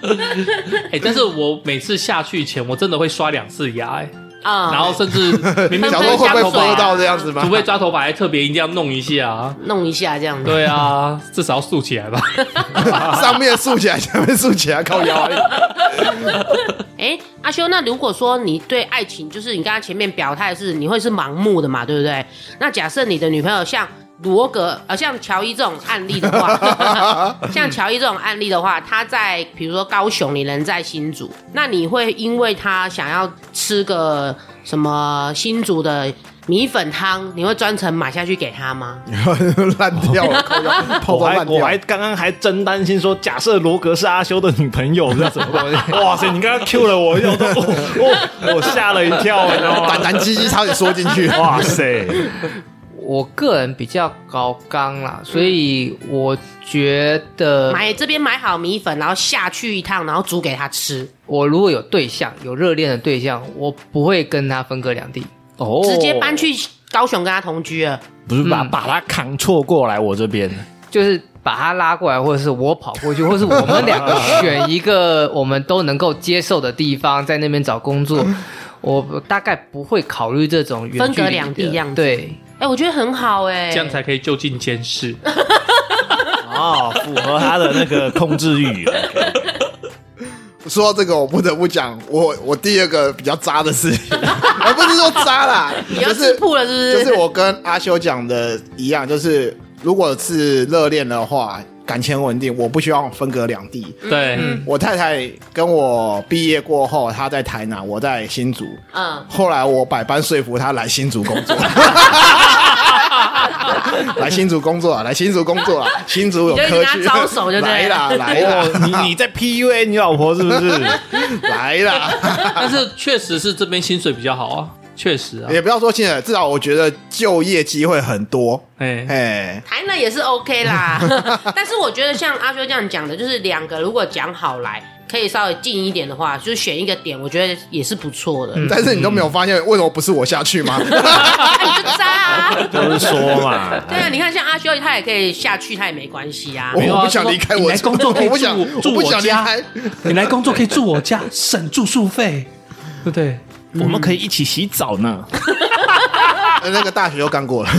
Speaker 1: 哎、但是我每次下去前，我真的会刷两次牙、哎，
Speaker 2: 啊、
Speaker 1: 然后甚
Speaker 4: *laughs*
Speaker 1: 至明明
Speaker 4: 想
Speaker 1: 想说
Speaker 4: 说会
Speaker 1: 抓
Speaker 4: 不
Speaker 1: 头
Speaker 4: 会
Speaker 1: 发
Speaker 4: 播，到这样子吗
Speaker 1: 除？非抓头发还特别一定要弄一下、
Speaker 4: *laughs*
Speaker 1: 啊。
Speaker 2: 弄一下这样子。
Speaker 1: 对啊，至少要竖起来吧。
Speaker 4: *laughs* 上面竖起来，下面竖起来，
Speaker 3: *laughs*
Speaker 4: 靠腰而已。
Speaker 2: 哎、阿修，那如果说你对爱情，就是你刚刚前面表态是你会是盲目的嘛，对不对？那假设你的女朋友像罗格，呃，像乔伊这种案例的话， *laughs* 像乔伊这种案例的话，她在比如说高雄，你人在新竹，那你会因为她想要吃个什么新竹的米粉汤，你会专程买下去给她吗？
Speaker 4: 嗯烂掉了，靠腰，泡
Speaker 3: 我
Speaker 4: 泡
Speaker 3: 还
Speaker 4: 烂
Speaker 3: 我
Speaker 4: 掉
Speaker 3: 还。刚刚还真担心说，假设罗格是阿修的女朋友，那怎么办？ *laughs* 哇塞，你刚刚 Q 了我，我都哦我我我吓了一跳，你知 *laughs* 道吗？
Speaker 4: 胆胆鸡鸡差点缩进去，
Speaker 3: *laughs*
Speaker 4: 哇！
Speaker 3: 哇塞，
Speaker 5: 我个人比较高刚啦，所以我觉得
Speaker 1: 嗯
Speaker 2: 买这边买好米粉，然后下去一趟，然后煮给她吃，
Speaker 5: 我如果有对象，有热恋的对象，我不会跟他分隔两地。
Speaker 3: 哦
Speaker 2: 直接搬去高雄跟她同居了。
Speaker 3: 不是把、
Speaker 5: 嗯
Speaker 3: 把他扛错过来我这边，
Speaker 5: 就是把他拉过来，或者是我跑
Speaker 2: *laughs*
Speaker 5: 过去，或是我们两个选一个我们都能够接受的地方，在那边找
Speaker 2: *laughs*
Speaker 5: 工作。我大概不会考虑这种远
Speaker 2: 分隔
Speaker 5: 距离
Speaker 2: 两地
Speaker 5: 的
Speaker 2: 这样子
Speaker 5: 对，
Speaker 2: 哎、我觉得很好哎、
Speaker 1: 这样才可以就近监视。
Speaker 4: 嗯
Speaker 3: 哦，符合他的那个控制 *laughs* 欲。
Speaker 4: 说到这个，我不得不讲，我我第二个比较渣的事情，而不是说渣啦，
Speaker 2: 你要
Speaker 4: 就
Speaker 2: 吃
Speaker 4: 是
Speaker 2: 醋了是不？
Speaker 4: 就是是我跟阿修讲的一样，就是如果是热恋的话，感情稳定，我不希望分隔两地。
Speaker 1: 对，
Speaker 4: 我太太跟我毕业过后，她在台南，我在新竹。
Speaker 2: 嗯，
Speaker 4: 后来我百般说服她来新竹工作，来新竹工作啊，来新竹工作啊，新竹有
Speaker 2: 你就
Speaker 4: 科
Speaker 2: 一直跟她
Speaker 4: 技，
Speaker 2: 招手就对
Speaker 4: 来
Speaker 2: 了
Speaker 4: 啦来
Speaker 3: 哦，
Speaker 4: 啦
Speaker 3: 你你在 PUA 你老婆是不 *laughs* 是？
Speaker 4: 来啦，
Speaker 1: 但是确实是这边薪水比较好啊，确实啊。
Speaker 4: 也不要说现在，至少我觉得就业机会很多，
Speaker 1: 哎、
Speaker 4: 哎，
Speaker 2: 台南也是 OK
Speaker 4: *laughs*
Speaker 2: 啦，但是我觉得像阿修这样讲的，就是两个如果讲好来，可以稍微近一点的话，就是选一个点，我觉得也是不错 *laughs* 的。
Speaker 4: 但是你都没有发现为什么不是我下去吗？
Speaker 2: 啊你就渣啊！
Speaker 3: 就是说嘛，
Speaker 2: 对啊，你看像阿修，他也可以下去，他也没关系
Speaker 4: *laughs*
Speaker 2: 啊。
Speaker 1: 有啊
Speaker 4: 我不想离开我
Speaker 1: 他说你来工作可以
Speaker 4: 我不想，
Speaker 1: 住我
Speaker 4: 我不想
Speaker 1: 住
Speaker 4: 离
Speaker 1: 我家
Speaker 4: 开。
Speaker 1: 你来工作可以住我家，省住宿费，对不对？
Speaker 3: 我们可以一起洗澡呢。
Speaker 4: 呃那个大学又干过了，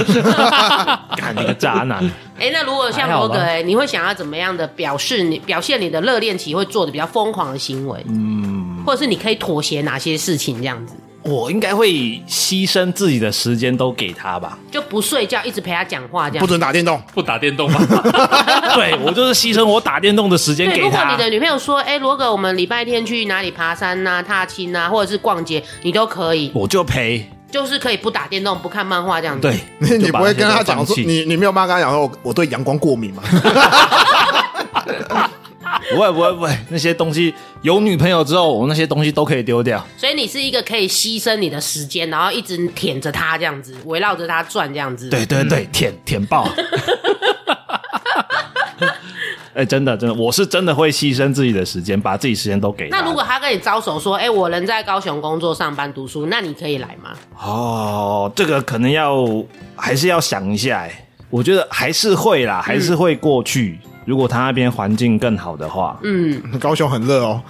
Speaker 3: 干你个渣男，
Speaker 2: 哎、那如果像罗格、
Speaker 1: 还好吧
Speaker 2: 哎，你会想要怎么样的表示你表现你的热恋期会做的比较疯狂的行为？嗯，或者是你可以妥协哪些事情这样子？
Speaker 3: 我应该会牺牲自己的时间都给他 *laughs* 吧？
Speaker 2: 就不睡觉，一直陪他讲话这样
Speaker 4: 不。准打电动。
Speaker 1: 不打电动吗？ *laughs*
Speaker 3: 对我就是牺牲我打电动的时间
Speaker 2: 对，
Speaker 3: 给
Speaker 2: 如果
Speaker 3: 他
Speaker 2: 你。的女朋友说：“哎、罗哥，我们礼拜天去哪里爬山啊呐、踏青呐、或者是逛街，你都可以，
Speaker 3: 我就陪，
Speaker 2: 就是可以不打电动、不看漫画这样子。
Speaker 3: 对，
Speaker 4: 你 *laughs* 你
Speaker 3: 就把
Speaker 4: 不会
Speaker 3: 这些
Speaker 4: 跟他
Speaker 3: 都放
Speaker 4: 讲说，
Speaker 3: 弃
Speaker 4: 你你没有办法跟他讲说，我我对阳光过敏嘛？
Speaker 3: 不会不会不会，那些东西有女朋友之后，我那些东西都可以丢掉。
Speaker 2: 所以你是一个可以牺牲你的时间，然后一直舔着它这样子，围绕着它转这样子。
Speaker 3: 对对对，舔舔爆。 *laughs* 哎、真的真的，我是真的会牺牲自己的时间，把自己时间都给他。
Speaker 2: 那如果他跟你招手说：“哎、我人在高雄工作、上班、读书”，那你可以来吗？
Speaker 3: 哦，这个可能要还是要想一下、哎，我觉得还是会
Speaker 4: 嗯
Speaker 3: 啦，还是会过去。如果他那边环境更好的
Speaker 4: *laughs*
Speaker 3: 话，嗯，
Speaker 4: *laughs* 高雄很热哦。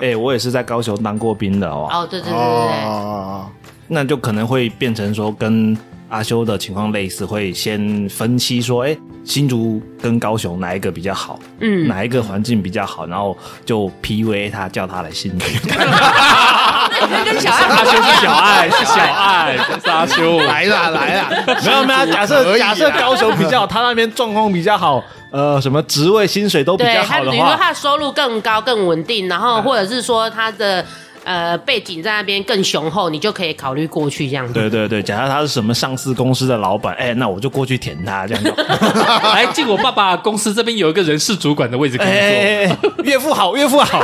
Speaker 3: 哎、我也是在高雄当过兵的哦，
Speaker 2: 哦，对对对对对，
Speaker 4: 哦，
Speaker 3: 那就可能会变成说跟阿修的情况类似，会先分析说，哎、新竹跟高雄哪一个比较好，
Speaker 2: 嗯
Speaker 3: 哪一个环境比较好，然后就 PUA 他，叫他来新竹。
Speaker 2: 那你就跟小
Speaker 1: 阿
Speaker 2: 爱
Speaker 1: 修是小爱，是小爱，不是阿修。
Speaker 4: 来啦来啦，
Speaker 3: 没有没有，假
Speaker 4: 可
Speaker 3: 设
Speaker 4: 以
Speaker 3: 假
Speaker 4: 啊
Speaker 3: 设高雄比较好，他那边状况比较好，呃，什么职位薪水都比
Speaker 2: 对
Speaker 3: 较
Speaker 2: 他，
Speaker 3: 好的
Speaker 2: 比如说
Speaker 3: 话，
Speaker 2: 他的收入更高、更稳定，然后或者是说他的呃背景在那边更雄厚，你就可以考虑过去这样子。
Speaker 3: 对对对，假设他是什么上市公司的老板，哎、那我就过去舔他这样子。
Speaker 1: 来进我爸爸公司这边有一个人事主管的位置工
Speaker 3: 哎、
Speaker 1: 作，
Speaker 3: 哎哎岳父好，岳父好，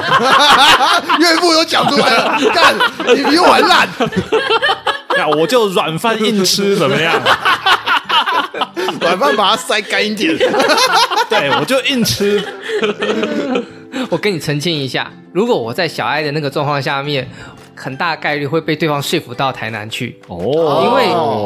Speaker 4: *laughs* 岳父都讲出来了，干，你比我还烂。
Speaker 3: *laughs* 那哎我就软饭硬吃怎么
Speaker 4: *laughs*
Speaker 3: 样？
Speaker 4: 晚饭把它塞干一点。
Speaker 3: 对，我就硬吃。
Speaker 5: 我跟你澄清一下，如果我在小爱的那个状况下面，很大概率会被对方说服到台南去，
Speaker 3: 哦
Speaker 5: 因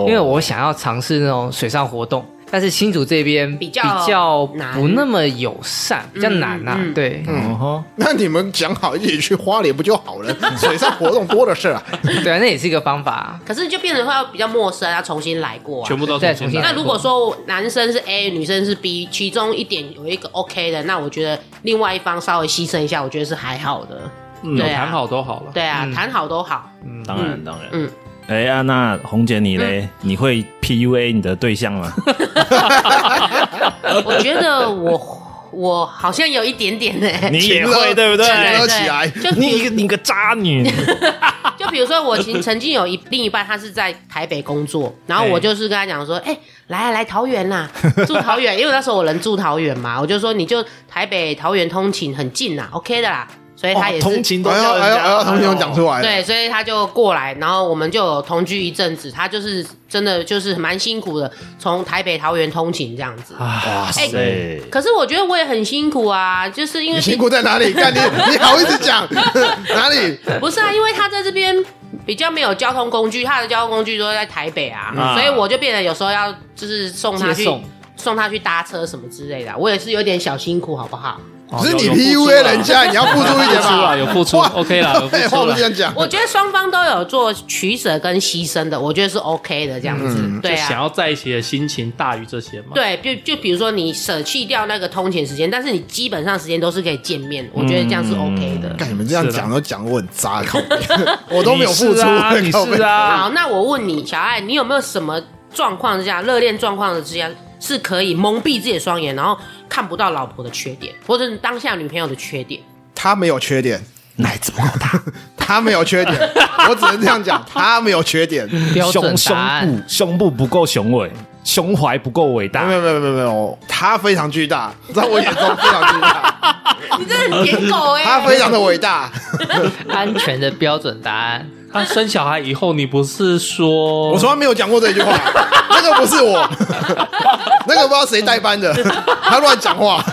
Speaker 5: 为、因为我想要尝试那种水上活动。但是新竹这边
Speaker 2: 比较
Speaker 5: 较
Speaker 2: 难
Speaker 5: 不那么友善，比较难呐、
Speaker 2: 嗯嗯
Speaker 5: 对、
Speaker 3: 嗯哼，
Speaker 4: 那你们讲好一起去花莲不就好了？水上活动多的是啊。
Speaker 5: 对啊，那也是一个方法啊、
Speaker 2: 可是就变成会要比较陌生，要重新来过、啊。
Speaker 1: 全部都
Speaker 5: 再
Speaker 1: 重
Speaker 5: 重
Speaker 1: 新
Speaker 5: 新
Speaker 1: 来
Speaker 5: 来
Speaker 1: 过。
Speaker 2: 那如果说男生是 A，女生是 B，其中一点有一个 OK 的，那我觉得另外一方稍微牺牲一下，我觉得是还好的。
Speaker 1: 有
Speaker 2: 对啊
Speaker 1: 嗯谈好嗯都好了。
Speaker 2: 对啊，谈好都好。
Speaker 3: 当然当然。
Speaker 2: 嗯
Speaker 3: 哎啊，那红姐你嘞？你会 PUA 你的对象吗？
Speaker 2: 我觉得我我好像有一点点欸呢、
Speaker 3: 你也
Speaker 4: 请了
Speaker 3: 会对不对？
Speaker 4: 请了
Speaker 2: 对
Speaker 4: 起来
Speaker 2: 就
Speaker 3: 你一个你个渣女！
Speaker 2: *laughs* 就比如说，我曾曾经有一另一半，他是在台北工作，然后我就是跟他讲说，哎、来啊 *laughs* 来桃园啦，住桃园，因为那时候我人住桃园嘛，我就说你就台北桃园通勤很近啦，OK 的啦，所以他
Speaker 1: 哦
Speaker 2: 也是、
Speaker 3: 哦同情都
Speaker 4: 哎呦
Speaker 3: 叫人
Speaker 4: 哎
Speaker 3: 家
Speaker 4: 呦哎呦，同学们讲出来了。
Speaker 2: 对，所以他就过来，然后我们就有同居一阵子，他就是真的就是蛮辛苦的，从台北桃园通勤这样
Speaker 4: 啊
Speaker 2: 子。
Speaker 1: 啊
Speaker 3: 哇塞！
Speaker 2: 哎可是我觉得我也很辛苦啊，就是因为
Speaker 4: 你辛苦在哪里？看你，你好意思讲哪里？
Speaker 2: 不是啊，因为他在这边比较没有交通工具，他的交通工具都在台北啊，所以我就变得有时候要就是送他去
Speaker 5: 接送
Speaker 2: 送他去搭车什么之类的啊、我也是有点小辛苦，好不好？
Speaker 1: 哦
Speaker 4: 只是你
Speaker 1: 有有付出
Speaker 4: PUA
Speaker 1: 啦
Speaker 4: 人家，你要付出一点
Speaker 1: 有付出
Speaker 4: 吧 *laughs*
Speaker 1: 啦，。有付出
Speaker 4: 哇哎
Speaker 1: ，OK 啦，有付
Speaker 4: 对，话
Speaker 1: 出
Speaker 4: 不
Speaker 1: 啦
Speaker 4: 是这。样讲。
Speaker 2: 我觉得双方都有做取舍跟牺牲的，我觉得是 OK 的这样子，对
Speaker 1: 就想
Speaker 2: 啊。
Speaker 1: 要在一起的心情大于这些嘛？，
Speaker 2: 对，就就比如说你舍弃掉那个通勤时间，但是你基本上时间都是可以见面，我觉得这样是
Speaker 4: 嗯
Speaker 2: OK 的。
Speaker 4: 干你们这样
Speaker 1: 是啦
Speaker 4: 讲都讲我很渣，靠背我都没有付出，哎
Speaker 3: 你
Speaker 4: *laughs* 靠背
Speaker 3: 是啊，
Speaker 2: 好，那我问你，小爱，你有没有什么状况之下，热恋状况之下是可以蒙蔽自己的双眼，然后看不到老婆的缺点，或者是当下女朋友的缺点？
Speaker 4: 他没有缺点，奶子不够大，他没有缺点，我只能这样讲，他没有缺点。
Speaker 5: 标准
Speaker 3: 胸
Speaker 5: 答案
Speaker 3: 胸部胸部不够雄伟，胸怀不够伟
Speaker 4: 没
Speaker 3: 大。
Speaker 4: 有没有没有没有，他非常巨大，在我眼中非常巨大，
Speaker 2: 你真的很舔 *laughs* 狗哎、
Speaker 4: 他非常的伟大。
Speaker 5: 安全的标准答案。
Speaker 1: 他生小孩以后，你不是说
Speaker 4: 我从来没有讲过这句话，那个不是我，那个不知道谁代班的，他乱讲话。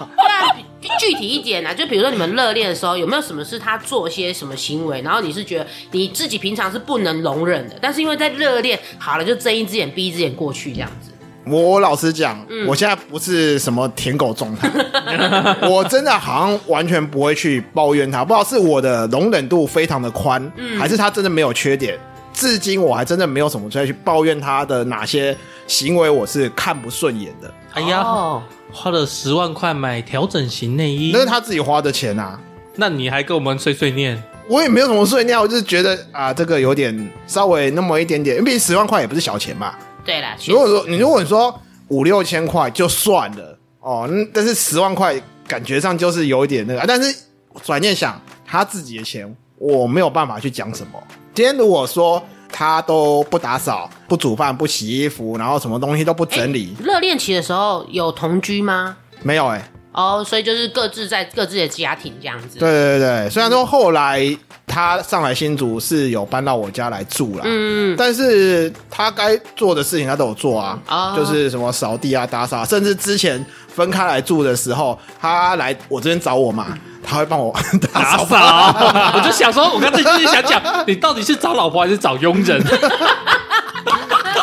Speaker 2: 对啊，具体一点啊，就比如说你们热恋的时候，有没有什么是他做些什么行为，然后你是觉得你自己平常是不能容忍的，但是因为在热恋，好了就睁一只眼闭一只眼过去这样子。
Speaker 4: 我我老实讲，我现在不是什么舔狗状态， *laughs* 我真的好像完全不会去抱怨他，不知道是我的容忍度非常的宽，还是他真的没有缺点。至今我还真的没有什么再去抱怨他的哪些行为我是看不顺眼的，
Speaker 1: 哎呀，
Speaker 2: 哦，
Speaker 1: 花了十万块买调整型内衣
Speaker 4: 那，是他自己花的钱啊。
Speaker 1: 那你还跟我们碎碎念？
Speaker 4: 我也没有什么碎念，我就是觉得啊，这个有点稍微那么一点点，因为毕竟十万块也不是小钱嘛。
Speaker 2: 对啦，确
Speaker 4: 如果
Speaker 2: 实
Speaker 4: 说你如果你说五六千块就算了哦，嗯但是十万块感觉上就是有一点那个，啊但是转念想他自己的钱，我没有办法去讲什么。今天如果说他都不打扫、不煮饭、不洗衣服，然后什么东西都不整理，
Speaker 2: 热恋期的时候有同居吗？
Speaker 4: 没有哎、
Speaker 2: 哦，所以就是各自在各自的家庭这样子。
Speaker 4: 对对对对，虽然说后来他上来新竹是有搬到我家来住啦，
Speaker 2: 嗯，
Speaker 4: 但是他该做的事情他都有做啊，
Speaker 2: 哦
Speaker 4: 就是什么扫地啊、打扫啊，甚至之前分开来住的时候，他来我这边找我
Speaker 2: 嗯
Speaker 4: 嘛，他会帮我 *laughs* 打
Speaker 1: 打
Speaker 4: 扫。啊
Speaker 1: 扫， *laughs* 我就想说，我刚才就是想讲，你到底是找老婆还是找佣
Speaker 4: *laughs*
Speaker 1: 人？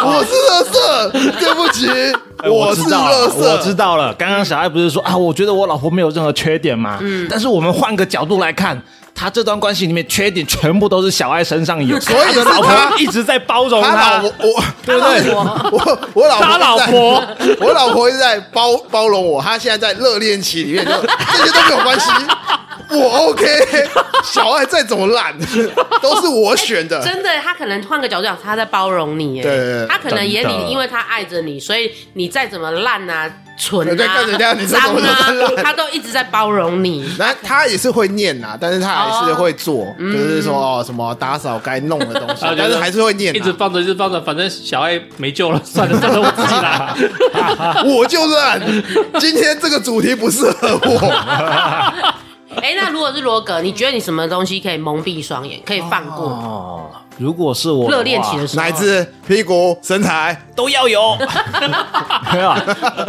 Speaker 4: 我是乐色，对不起，
Speaker 3: 哎
Speaker 4: 我是
Speaker 3: 知道
Speaker 4: 乐
Speaker 3: 了，
Speaker 4: 色，
Speaker 3: 我知道了。刚刚小爱不是说啊，我觉得我老婆没有任何缺点嘛？嗯，但是我们换个角度来看，她这段关系里面缺点全部都是小爱身上有，
Speaker 4: 所以
Speaker 3: 她的
Speaker 4: 是
Speaker 3: 老
Speaker 4: 她
Speaker 3: 婆一直在包容
Speaker 4: 他老
Speaker 3: 她
Speaker 4: 婆，我
Speaker 3: 对不对？
Speaker 4: 我我老婆
Speaker 1: 他老
Speaker 4: 一直在
Speaker 1: 婆，
Speaker 4: 我老婆一直在包包容我，她现在在热恋期里面，就这些都没有关系，我 OK。小爱再怎么烂，都是我选的。
Speaker 2: 哎真的，他可能换个角度讲，他在包容你耶。
Speaker 4: 对对对
Speaker 2: 他可能眼
Speaker 3: 真的
Speaker 2: 里因为他爱着你，所以你再怎么烂啊、蠢
Speaker 4: 对对
Speaker 2: 啊
Speaker 4: 对对对、你再怎
Speaker 2: 脏
Speaker 4: 么
Speaker 2: 啊，
Speaker 4: 烂
Speaker 2: 他都一直在包容你。
Speaker 4: 然后她也是会念呐、但是她还是会做，就是说哦什么打扫该弄的东西，但是还是会念、
Speaker 1: 一直
Speaker 4: 啊。
Speaker 1: 放着，一直放着，反正小爱没救了，算了，算了，我自己来。
Speaker 4: *laughs* 我就烂，今天这个主题不适合我。
Speaker 2: 哎、那如果是罗格，你觉得你什么东西可以蒙蔽双眼，可以放过？
Speaker 3: 哦，如果是我的话
Speaker 2: 热恋期的时候，
Speaker 4: 奶子、屁股、身材，
Speaker 3: 都要有， *laughs* 没有啊，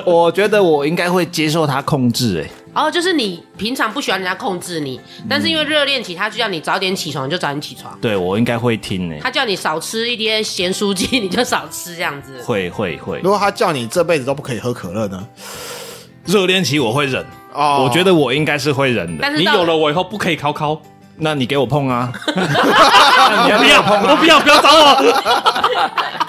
Speaker 3: 我觉得我应该会接受她控制、哎，
Speaker 2: 哦，就是你平常不喜欢人家控制你，但是因为热恋期，他就叫你早点起床，你就早点起床；
Speaker 3: 对我应该会听、哎，
Speaker 2: 他叫你少吃一些咸酥鸡，你就少吃这样子。
Speaker 3: 会会会
Speaker 4: 如，果他叫你这辈子都不可以喝可乐呢？
Speaker 3: 热恋期我会忍，
Speaker 4: 哦
Speaker 3: 我觉得我应该是会忍的。
Speaker 2: 但
Speaker 1: *laughs*
Speaker 2: 是
Speaker 1: 你
Speaker 2: 到
Speaker 1: 有了我以后不可以考
Speaker 4: *laughs*
Speaker 1: 考，
Speaker 3: 那你给我
Speaker 1: *laughs*
Speaker 3: 碰啊，
Speaker 1: 不要，我不要，不要找我。
Speaker 3: *laughs*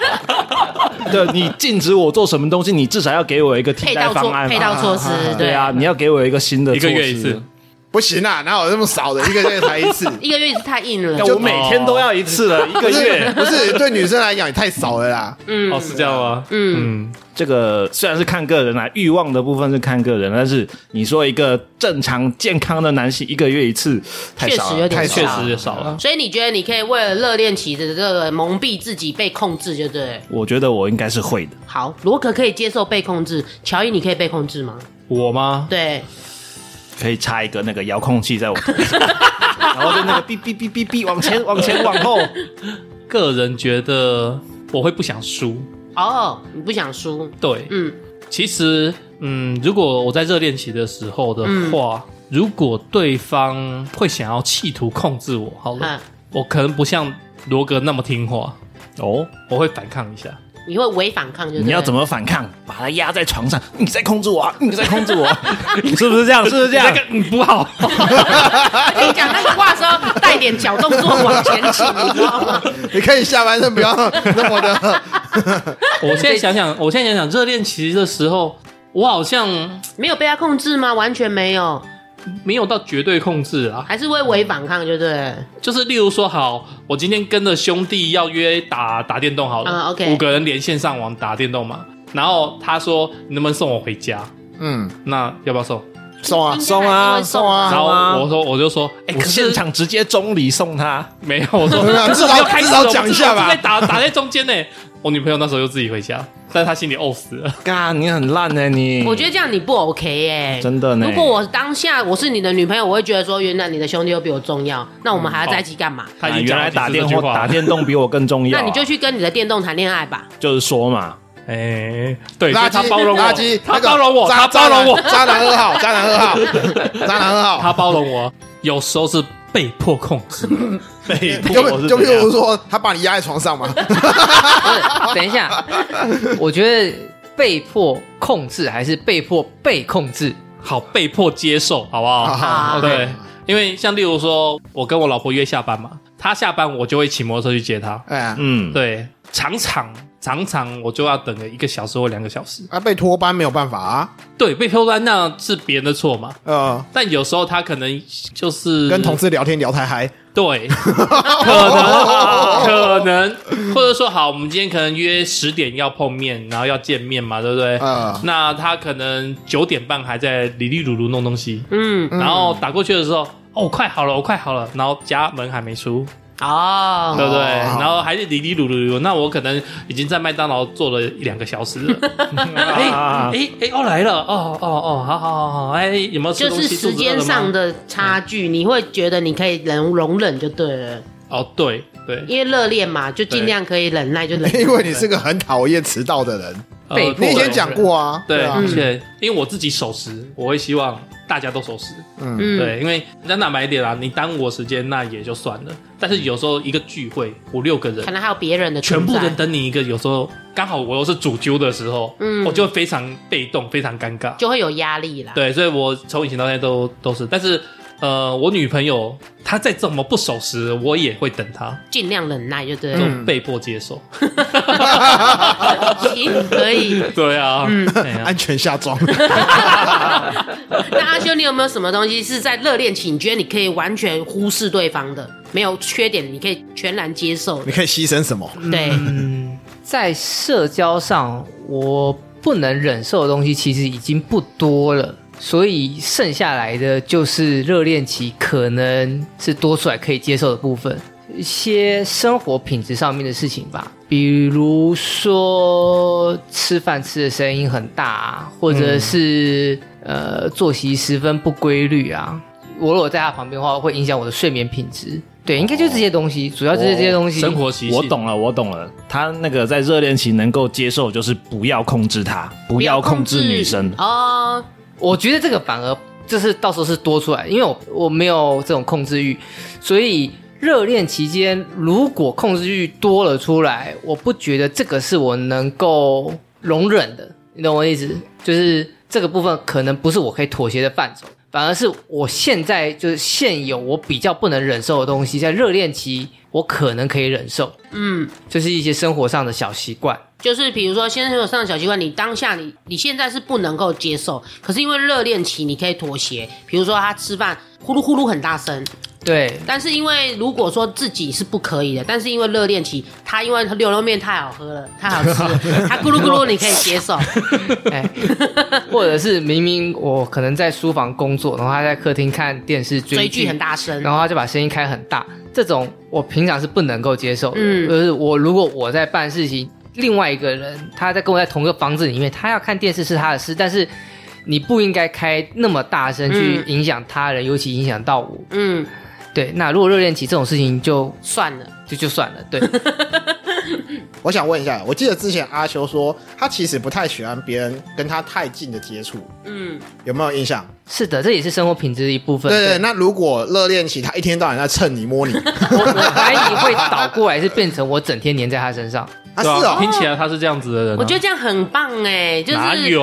Speaker 3: 对你禁止我做什么东西，你至少要给我一个替
Speaker 2: 配
Speaker 3: 代
Speaker 2: 套
Speaker 3: 方
Speaker 2: 措
Speaker 3: 案嘛啊
Speaker 2: 配套措施，
Speaker 3: 对啊，，你要给我一个新的
Speaker 1: 一个月一
Speaker 3: 措施
Speaker 1: 次，
Speaker 4: 不行啊，哪有那么少的？一个月
Speaker 1: *laughs*
Speaker 4: 才一次。
Speaker 2: 一个月一次太硬了
Speaker 3: 但。我每哦天都要一次 *laughs* 了，一个
Speaker 4: 不是
Speaker 3: 月。
Speaker 4: 不是，对女生来讲也太少了啦。
Speaker 2: 嗯
Speaker 1: 哦，是这样吗？
Speaker 2: 嗯，
Speaker 1: 嗯，
Speaker 3: 这个虽然是看个人啦，欲望的部分是看个人，啊但是你说一个正常健康的男性一个月一次太
Speaker 2: 确
Speaker 3: 少
Speaker 2: 实
Speaker 3: 了
Speaker 2: 有。点
Speaker 4: 太
Speaker 1: 确
Speaker 2: 少
Speaker 1: 实也少
Speaker 4: 嗯
Speaker 1: 了。
Speaker 2: 所以你觉得你可以为了热恋期的这个蒙蔽自己被控制，就对了。
Speaker 3: 我觉得我应该是会的，
Speaker 2: 好，罗可可以接受被控制，乔伊你可以被控制吗？
Speaker 1: 我吗？
Speaker 2: 对，
Speaker 3: 可以插一个那个遥控器在我头
Speaker 2: *laughs*
Speaker 3: 上，然后就那个哔哔哔哔哔往前往前往后，
Speaker 1: 个人觉得我会不想输。
Speaker 2: 哦，你不想输，
Speaker 1: 对，
Speaker 2: 嗯，
Speaker 1: 其实，嗯，如果我在热恋期的时候的话，
Speaker 3: 嗯
Speaker 1: 如果对方会想要企图控制我，好了，
Speaker 3: 嗯
Speaker 2: 啊，
Speaker 1: 我可能不像罗格那么听话，
Speaker 3: 哦，
Speaker 1: 我会反抗一下。
Speaker 2: 你会违反抗就，
Speaker 3: 你要怎
Speaker 2: 么？
Speaker 3: 么反抗？把他压在床上，你在控制我、啊，你在控制我、 *laughs* 是不是这样？是不
Speaker 1: *laughs*
Speaker 3: 是这样？
Speaker 1: 你嗯不
Speaker 3: *laughs*
Speaker 1: 好，
Speaker 2: 而且你讲那个话的时候，带点小动作往前倾，你知道吗？
Speaker 4: 你可以下半身不要 *laughs* 那么的，
Speaker 1: 我现在想想，我现在想想热恋期的时候，我好像
Speaker 2: 没有被他控制吗？完全没有，
Speaker 1: 没有到绝对控制
Speaker 3: 哎
Speaker 1: 啊。
Speaker 2: 还是会违反抗，就对了。
Speaker 1: 就是例如说，好，我今天跟着兄弟要约打打电动好了、
Speaker 2: 啊，OK
Speaker 1: 五个人连线上网打电动嘛。然后他说：“你能不能送我回家？
Speaker 4: 嗯，
Speaker 1: 那要不要送？”
Speaker 4: 送啊
Speaker 2: 送啊
Speaker 4: 送啊，
Speaker 1: 然后
Speaker 3: 啊
Speaker 1: 我说：“我就说，哎、可
Speaker 3: 我
Speaker 1: 是
Speaker 3: 现场直接钟离送他，
Speaker 1: 没有。”我说：“
Speaker 4: 没有
Speaker 1: 可是我
Speaker 4: 至少
Speaker 1: 没有开始
Speaker 4: 至少讲一下吧
Speaker 1: 我在打打在中间呢。我女朋友那时候就自己回家，但是她心里怄死了。
Speaker 3: 嘎，你很烂呢、你。
Speaker 2: 我觉得这样你不 OK 耶、
Speaker 3: 真的呢
Speaker 2: 如果我当下我是你的女朋友，我会觉得说，原来你的兄弟又比我重要，那我们还要在一起干嘛？
Speaker 1: 她已
Speaker 3: 啊
Speaker 1: 经
Speaker 3: 原
Speaker 1: 讲
Speaker 3: 来
Speaker 1: 了
Speaker 3: 打
Speaker 1: 几次
Speaker 3: 电
Speaker 1: 这句
Speaker 3: 话
Speaker 1: 话
Speaker 3: 打电动比我更重要啊、
Speaker 2: 那你就去跟你的电动谈恋爱吧。
Speaker 3: 就是说 *laughs* 嘛，
Speaker 1: 哎、对，所
Speaker 4: 垃
Speaker 1: 以她
Speaker 4: 圾
Speaker 1: 包容我，
Speaker 4: 垃圾，
Speaker 1: 她
Speaker 4: 那个
Speaker 1: 包容我，她
Speaker 4: 渣
Speaker 1: 包容我，
Speaker 4: *laughs* 渣男二号，渣男
Speaker 1: *laughs*
Speaker 4: 二号，渣男二号。
Speaker 1: 她包容我。有时候是被迫控制，
Speaker 3: *laughs* 被
Speaker 4: 就
Speaker 3: 迫是
Speaker 4: 就
Speaker 3: 怎 *laughs*
Speaker 4: 譬如
Speaker 3: 样
Speaker 4: 说，他把你压在床上嘛，
Speaker 5: 不是等一下，我觉得被迫控制还是被迫被控制？
Speaker 1: 好被迫接受，好不好？
Speaker 2: 好
Speaker 1: 对，因为像例如说，我跟我老婆约下班嘛，她下班我就会骑摩托车去接她。
Speaker 4: 哎呀，
Speaker 3: 嗯，
Speaker 1: 对，常常常常我就要等个一个小时或两个小时。
Speaker 4: 啊被拖班没有办法啊，
Speaker 1: 对，被偷单那是别人的错嘛，
Speaker 4: 呃，
Speaker 1: 但有时候她可能就是
Speaker 4: 跟同事聊天聊太嗨，
Speaker 1: 对，可能
Speaker 4: *laughs*
Speaker 1: 可能，或者说好，我们今天可能约十点要碰面，然后要见面嘛，对不对？
Speaker 4: 呃，
Speaker 1: 那她可能九点半还在里里鲁鲁弄东西，
Speaker 2: 嗯，
Speaker 1: 哦然后打过去的时候，哦，我快好了，我快好了，然后家门还没出，
Speaker 2: 哦，
Speaker 1: 对不对？
Speaker 4: 哦
Speaker 1: 然后还是哩哩噜噜噜，那我可能已经在麦当劳坐了一两个小时了。
Speaker 3: *laughs*
Speaker 1: 哎哎哎，哦来了，哦哦哦，好好好好，哎有没有吃
Speaker 2: 就
Speaker 1: 东
Speaker 2: 是
Speaker 1: 西？
Speaker 2: 时间
Speaker 1: 肚子饿了
Speaker 2: 上
Speaker 1: 吗
Speaker 2: 的差距，你会觉得你可以忍容忍就对了，
Speaker 1: 哦，对对，
Speaker 2: 因为热恋嘛，就尽量可以忍耐 *laughs* 就忍耐。
Speaker 4: *laughs* 因为你是个很讨厌迟到的人，
Speaker 1: 呃
Speaker 5: 被迫
Speaker 4: 哎你以
Speaker 5: 的
Speaker 4: 前讲。过啊，
Speaker 1: 对，
Speaker 4: 啊
Speaker 1: 而，且因为我自己守时，我会希望大家都守时。
Speaker 4: 嗯，
Speaker 2: 嗯，
Speaker 1: 对，因为人家哪一点啦、你耽误我时间那也就算了，但是有时候一个聚会五六个人
Speaker 2: 可，能还有别人的
Speaker 1: 全部
Speaker 2: 存在
Speaker 1: 人等你一个，有时候刚好我又是主揪的时候，
Speaker 2: 嗯
Speaker 1: 我就会非常被动，非常尴尬。
Speaker 2: 就会有压力啦。
Speaker 1: 对，所以我从以前到现在都都是，但是呃，我女朋友她再怎么不守时，我也会等她，
Speaker 2: 尽量忍耐就对
Speaker 1: 就
Speaker 2: 了。
Speaker 1: 被迫接受。
Speaker 2: *laughs* 行，可以。
Speaker 1: *laughs* 对啊，嗯，
Speaker 4: *laughs* 安全下装，
Speaker 2: *laughs* 那阿修，你有没有什么东西是在热恋期，你觉得你可以完全忽视对方的，没有缺点，你可以全然接受
Speaker 4: 你
Speaker 2: 的？
Speaker 4: 可以牺牲什么？
Speaker 2: 对，
Speaker 5: 嗯，在社交上，我不能忍受的东西其实已经不多了，所以剩下来的就是热恋期可能是多出来可以接受的部分，一些生活品质上面的事情吧，比如说吃饭吃的声音很大啊，或者是、
Speaker 1: 嗯
Speaker 5: 呃作息十分不规律啊。我如果在他旁边的话，会影响我的睡眠品质。对，应该就是这些东西，主要就是这些东
Speaker 1: 嗯哦
Speaker 5: 西。
Speaker 1: 生活习性
Speaker 3: 我懂了，我懂了。他那个在热恋期能够接受，就是不要控制他，不要控制女生。
Speaker 2: 哦，
Speaker 5: 啊我觉得这个反而就是到时候是多出来，因为我我没有这种控制欲，所以热恋期间如果控制欲多了出来，我不觉得这个是我能够容忍的，你懂我意思？就是这个部分可能不是我可以妥协的范畴，反而是我现在就是现有我比较不能忍受的东西，在热恋期我可能可以忍受，
Speaker 2: 嗯，
Speaker 5: 就是一些生活上的小习惯。
Speaker 2: 就是比如说，先生有上的小习惯，你当下你你现在是不能够接受，可是因为热恋期，你可以妥协。比如说他吃饭呼噜呼噜很大声，
Speaker 5: 对，
Speaker 2: 但是因为如果说自己是不可以的，但是因为热恋期，他因为牛肉面太好喝了，太好吃了，他咕噜咕噜你可以接受，
Speaker 5: 哎，
Speaker 2: *laughs*
Speaker 5: 或者是明明我可能在书房工作，然后他在客厅看电视追
Speaker 2: 追剧很，大声，
Speaker 5: 然后他就把声音开很大，这种我平常是不能够接受的。
Speaker 2: 嗯
Speaker 5: 就是我如果我在办事情，另外一个人他在跟我在同一个房子里面，他要看电视是他的事，但是你不应该开那么大声去
Speaker 2: 嗯
Speaker 5: 影响他人，尤其影响到我。
Speaker 2: 嗯，
Speaker 5: 对，那如果热恋期这种事情就
Speaker 2: 算了，
Speaker 5: 就就算了，对，
Speaker 4: 我想问一下，我记得之前阿修说他其实不太喜欢别人跟他太近的接触，
Speaker 2: 嗯，
Speaker 4: 有没有印象？
Speaker 5: 是的，这也是生活品质的一部分。
Speaker 4: 对对，那如果热恋期他一天到晚在蹭你 *laughs* 摸你啊
Speaker 5: 我我怀疑会倒过来是变成我整天黏在他身上。
Speaker 4: 啊，是
Speaker 1: 对啊，
Speaker 4: 哦，
Speaker 1: 听起来她是这样子的人啊、
Speaker 2: 我觉得这样很棒哎、就是
Speaker 1: 哪有？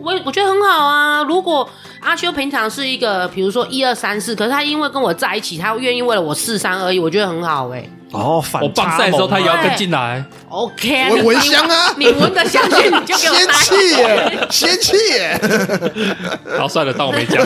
Speaker 2: 我我觉得很好啊。如果阿修平常是一个，比如说一二三四，可是他因为跟我在一起，他愿意为了我四三而已，我觉得很好哎、
Speaker 3: 哦，反
Speaker 1: 我棒赛的时候她也要
Speaker 2: 对
Speaker 1: 跟进来，
Speaker 2: OK，啊
Speaker 4: 我
Speaker 2: 你
Speaker 4: 闻香啊
Speaker 2: 你闻的香去，你
Speaker 4: *laughs*
Speaker 2: 就给我
Speaker 4: 仙
Speaker 2: 拿
Speaker 4: 气 *laughs* 耶，仙气耶，
Speaker 1: 然后算了，当我没 *laughs* 讲。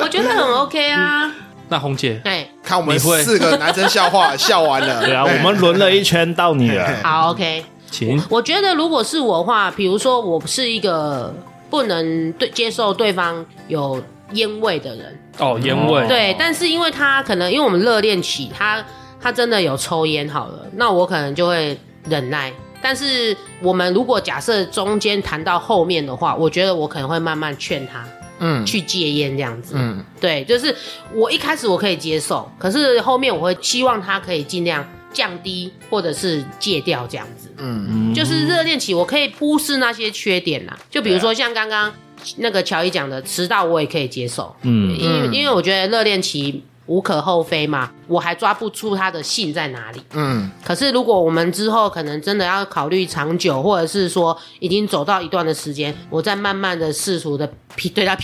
Speaker 2: 我觉得很 OK 啊。
Speaker 1: 那红姐，
Speaker 2: 对，
Speaker 4: 看我们
Speaker 1: 你会
Speaker 4: 四个男生笑话笑完 *laughs* 了，
Speaker 3: 对啊，
Speaker 4: 哎
Speaker 3: 我们轮了一圈到你 *laughs* 了。
Speaker 2: 好 OK。
Speaker 1: 请
Speaker 2: 我觉得如果是我的话，比如说我是一个不能对接受对方有烟味的人，
Speaker 1: 哦，烟味，
Speaker 2: 对，但是因为他可能因为我们热恋期，他他真的有抽烟好了，那我可能就会忍耐。但是我们如果假设中间谈到后面的话，我觉得我可能会慢慢劝他
Speaker 4: 嗯
Speaker 2: 去戒烟这样子。
Speaker 4: 嗯，
Speaker 2: 对，就是我一开始我可以接受，可是后面我会希望他可以尽量降低或者是戒掉这样子。
Speaker 4: 嗯，
Speaker 2: 就是热恋期，我可以忽视那些缺点啦。就比如说像刚刚那个乔伊讲的，迟到我也可以接受，
Speaker 3: 嗯，
Speaker 2: 因为
Speaker 4: 嗯
Speaker 2: 因为我觉得热恋期无可厚非嘛，我还抓不出他的性在哪里。
Speaker 4: 嗯，
Speaker 2: 可是如果我们之后可能真的要考虑长久，或者是说已经走到一段的时间，我再慢慢的试图的 P 对他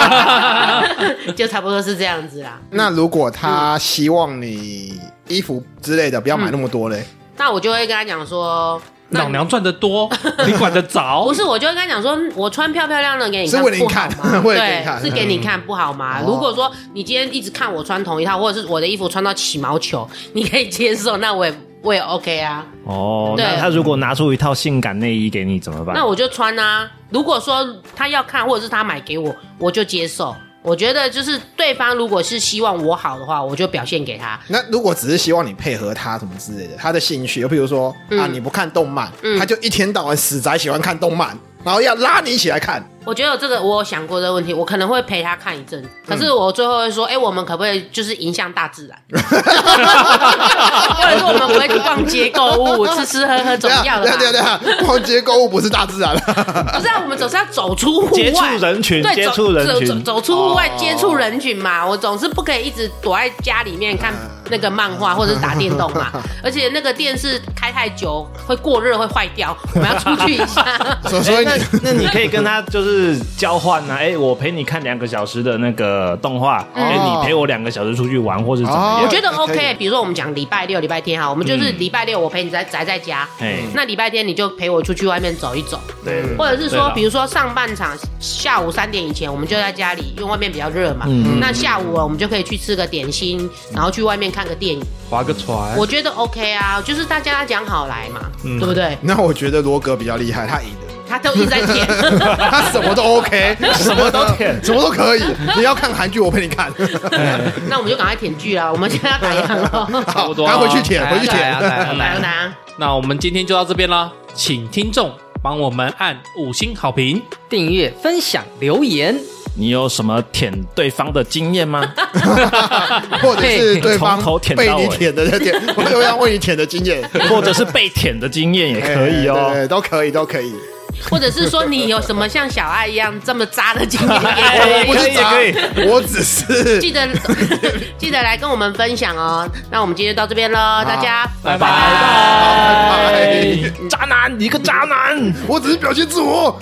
Speaker 2: PUA，就差不多是这样子啦。
Speaker 4: 那如果他希望你衣服之类的不要买那么多嘞，
Speaker 2: 那我就会跟他讲说，
Speaker 1: 老娘赚得多， *laughs* 你管得着
Speaker 2: 不？是，我就会跟他讲说，我穿漂漂亮亮给你看，
Speaker 4: 哦是为了你
Speaker 2: 不好
Speaker 4: 看
Speaker 2: 吗
Speaker 4: *laughs* 为了给你看
Speaker 2: 对，是给你看不好吗？
Speaker 4: 哦
Speaker 2: 如果说你今天一直看我穿同一套，或者是我的衣服穿到起毛球，你可以接受，那我也我也 OK
Speaker 4: *laughs*
Speaker 2: 啊，
Speaker 3: 哦，那
Speaker 2: 对
Speaker 3: 他如果拿出一套性感内衣给你怎么办？
Speaker 2: 那我就穿啊。如果说他要看，或者是他买给我，我就接受。我觉得就是对方如果是希望我好的话，我就表现给他。
Speaker 4: 那如果只是希望你配合他什么之类的，他的兴趣，又譬如说、
Speaker 3: 嗯
Speaker 4: 啊，你不看动漫，他就一天到晚死宅喜欢看动漫，然后要拉你一起来看，
Speaker 2: 我觉得有这个我有想过这个问题，我可能会陪他看一阵子，可
Speaker 4: 嗯
Speaker 2: 是我最后会说，哎、我们可不可以就是影响大自然？
Speaker 4: *laughs*
Speaker 2: 或者是我们不会去逛街购物，吃吃喝喝总
Speaker 4: 对
Speaker 2: 要
Speaker 4: 啊，
Speaker 2: 的
Speaker 4: 对
Speaker 2: 吧
Speaker 4: 啊，？对啊，对
Speaker 3: *laughs*
Speaker 4: 啊，逛街购物不是大自然了。
Speaker 2: 不是、啊，我们总是要走出户外，
Speaker 3: 接触人群
Speaker 2: 对，
Speaker 3: 接
Speaker 2: 走
Speaker 3: 触人群
Speaker 2: 走走走出户外
Speaker 4: 哦
Speaker 2: 接触人群嘛。我总是不可以一直躲在家里面
Speaker 4: 啊
Speaker 2: 看那个漫
Speaker 4: *laughs*
Speaker 2: 画或者是打电动嘛。而且那个电视开太久会过热会坏掉，我们要出去一下。
Speaker 4: 所所以你
Speaker 3: 哎那那你可以跟他就是交换啊，哎、我陪你看两个小时的那个动画，哎、你陪我两个小时出去玩，或是怎么
Speaker 4: 哦
Speaker 2: 我
Speaker 3: 样？
Speaker 2: 觉得
Speaker 4: 哎可以
Speaker 2: OK，比如说我们讲礼拜六、礼拜天哈，我们就是礼拜六我陪你在宅在家，
Speaker 3: 哎、
Speaker 2: 那礼拜天你就陪我出去外面走一走，
Speaker 3: 对，
Speaker 2: 或者
Speaker 1: 对
Speaker 2: 是说
Speaker 1: 啦，
Speaker 2: 比如说上半场下午三点以前，我们就在家里，因为外面比较热嘛。那下午啊我们就可以去吃个点心，然后去外面看个电影。
Speaker 1: *laughs* 划个船
Speaker 2: 我，觉得 OK 啊，就是大家讲好来嘛，
Speaker 1: 嗯
Speaker 2: 对不对？
Speaker 4: 那我觉得罗格比较厉害，他赢了，
Speaker 2: 他都一直在舔，
Speaker 4: 他什么都 OK，什么都
Speaker 3: 舔
Speaker 4: *laughs* 什么都可以。你要看韩剧，我陪你看。
Speaker 3: 哎
Speaker 2: 那我们就赶快舔剧啦。我们现在要打烊了，
Speaker 1: 差不多
Speaker 4: 赶
Speaker 1: 啊
Speaker 4: 回去舔，
Speaker 3: 哎
Speaker 4: 回去
Speaker 5: 来啊来啊
Speaker 4: 舔。
Speaker 5: 来啊
Speaker 2: 打
Speaker 5: 来啊
Speaker 2: 烊！打烊
Speaker 1: 那我们今天就到这边啦，请听众帮我们按五星好评。
Speaker 5: 订阅、分享、留言，
Speaker 3: 你有什么舔对方的经验吗？
Speaker 4: 或者是对方
Speaker 3: 从头舔
Speaker 4: 被
Speaker 3: 到
Speaker 4: 你
Speaker 3: 尾
Speaker 4: 舔的舔，我有要为你舔的经验
Speaker 3: 或者是被舔的经验也 *laughs* 可以
Speaker 4: 哎对
Speaker 3: 哦。
Speaker 4: 对都可以，都可以。
Speaker 2: 或者是说你有什么像小爱一样这么渣的经验也可以？
Speaker 3: 哎
Speaker 4: 我不
Speaker 3: 可
Speaker 4: 是
Speaker 3: 以也可以
Speaker 4: 渣，我只是
Speaker 2: 记得 *laughs* 记得来跟我们分享哦。那我们今天就到这边喽，大家
Speaker 1: 拜
Speaker 2: 拜
Speaker 1: 拜
Speaker 4: 拜拜
Speaker 3: 渣男，你个渣男！
Speaker 4: 我只是表现自我。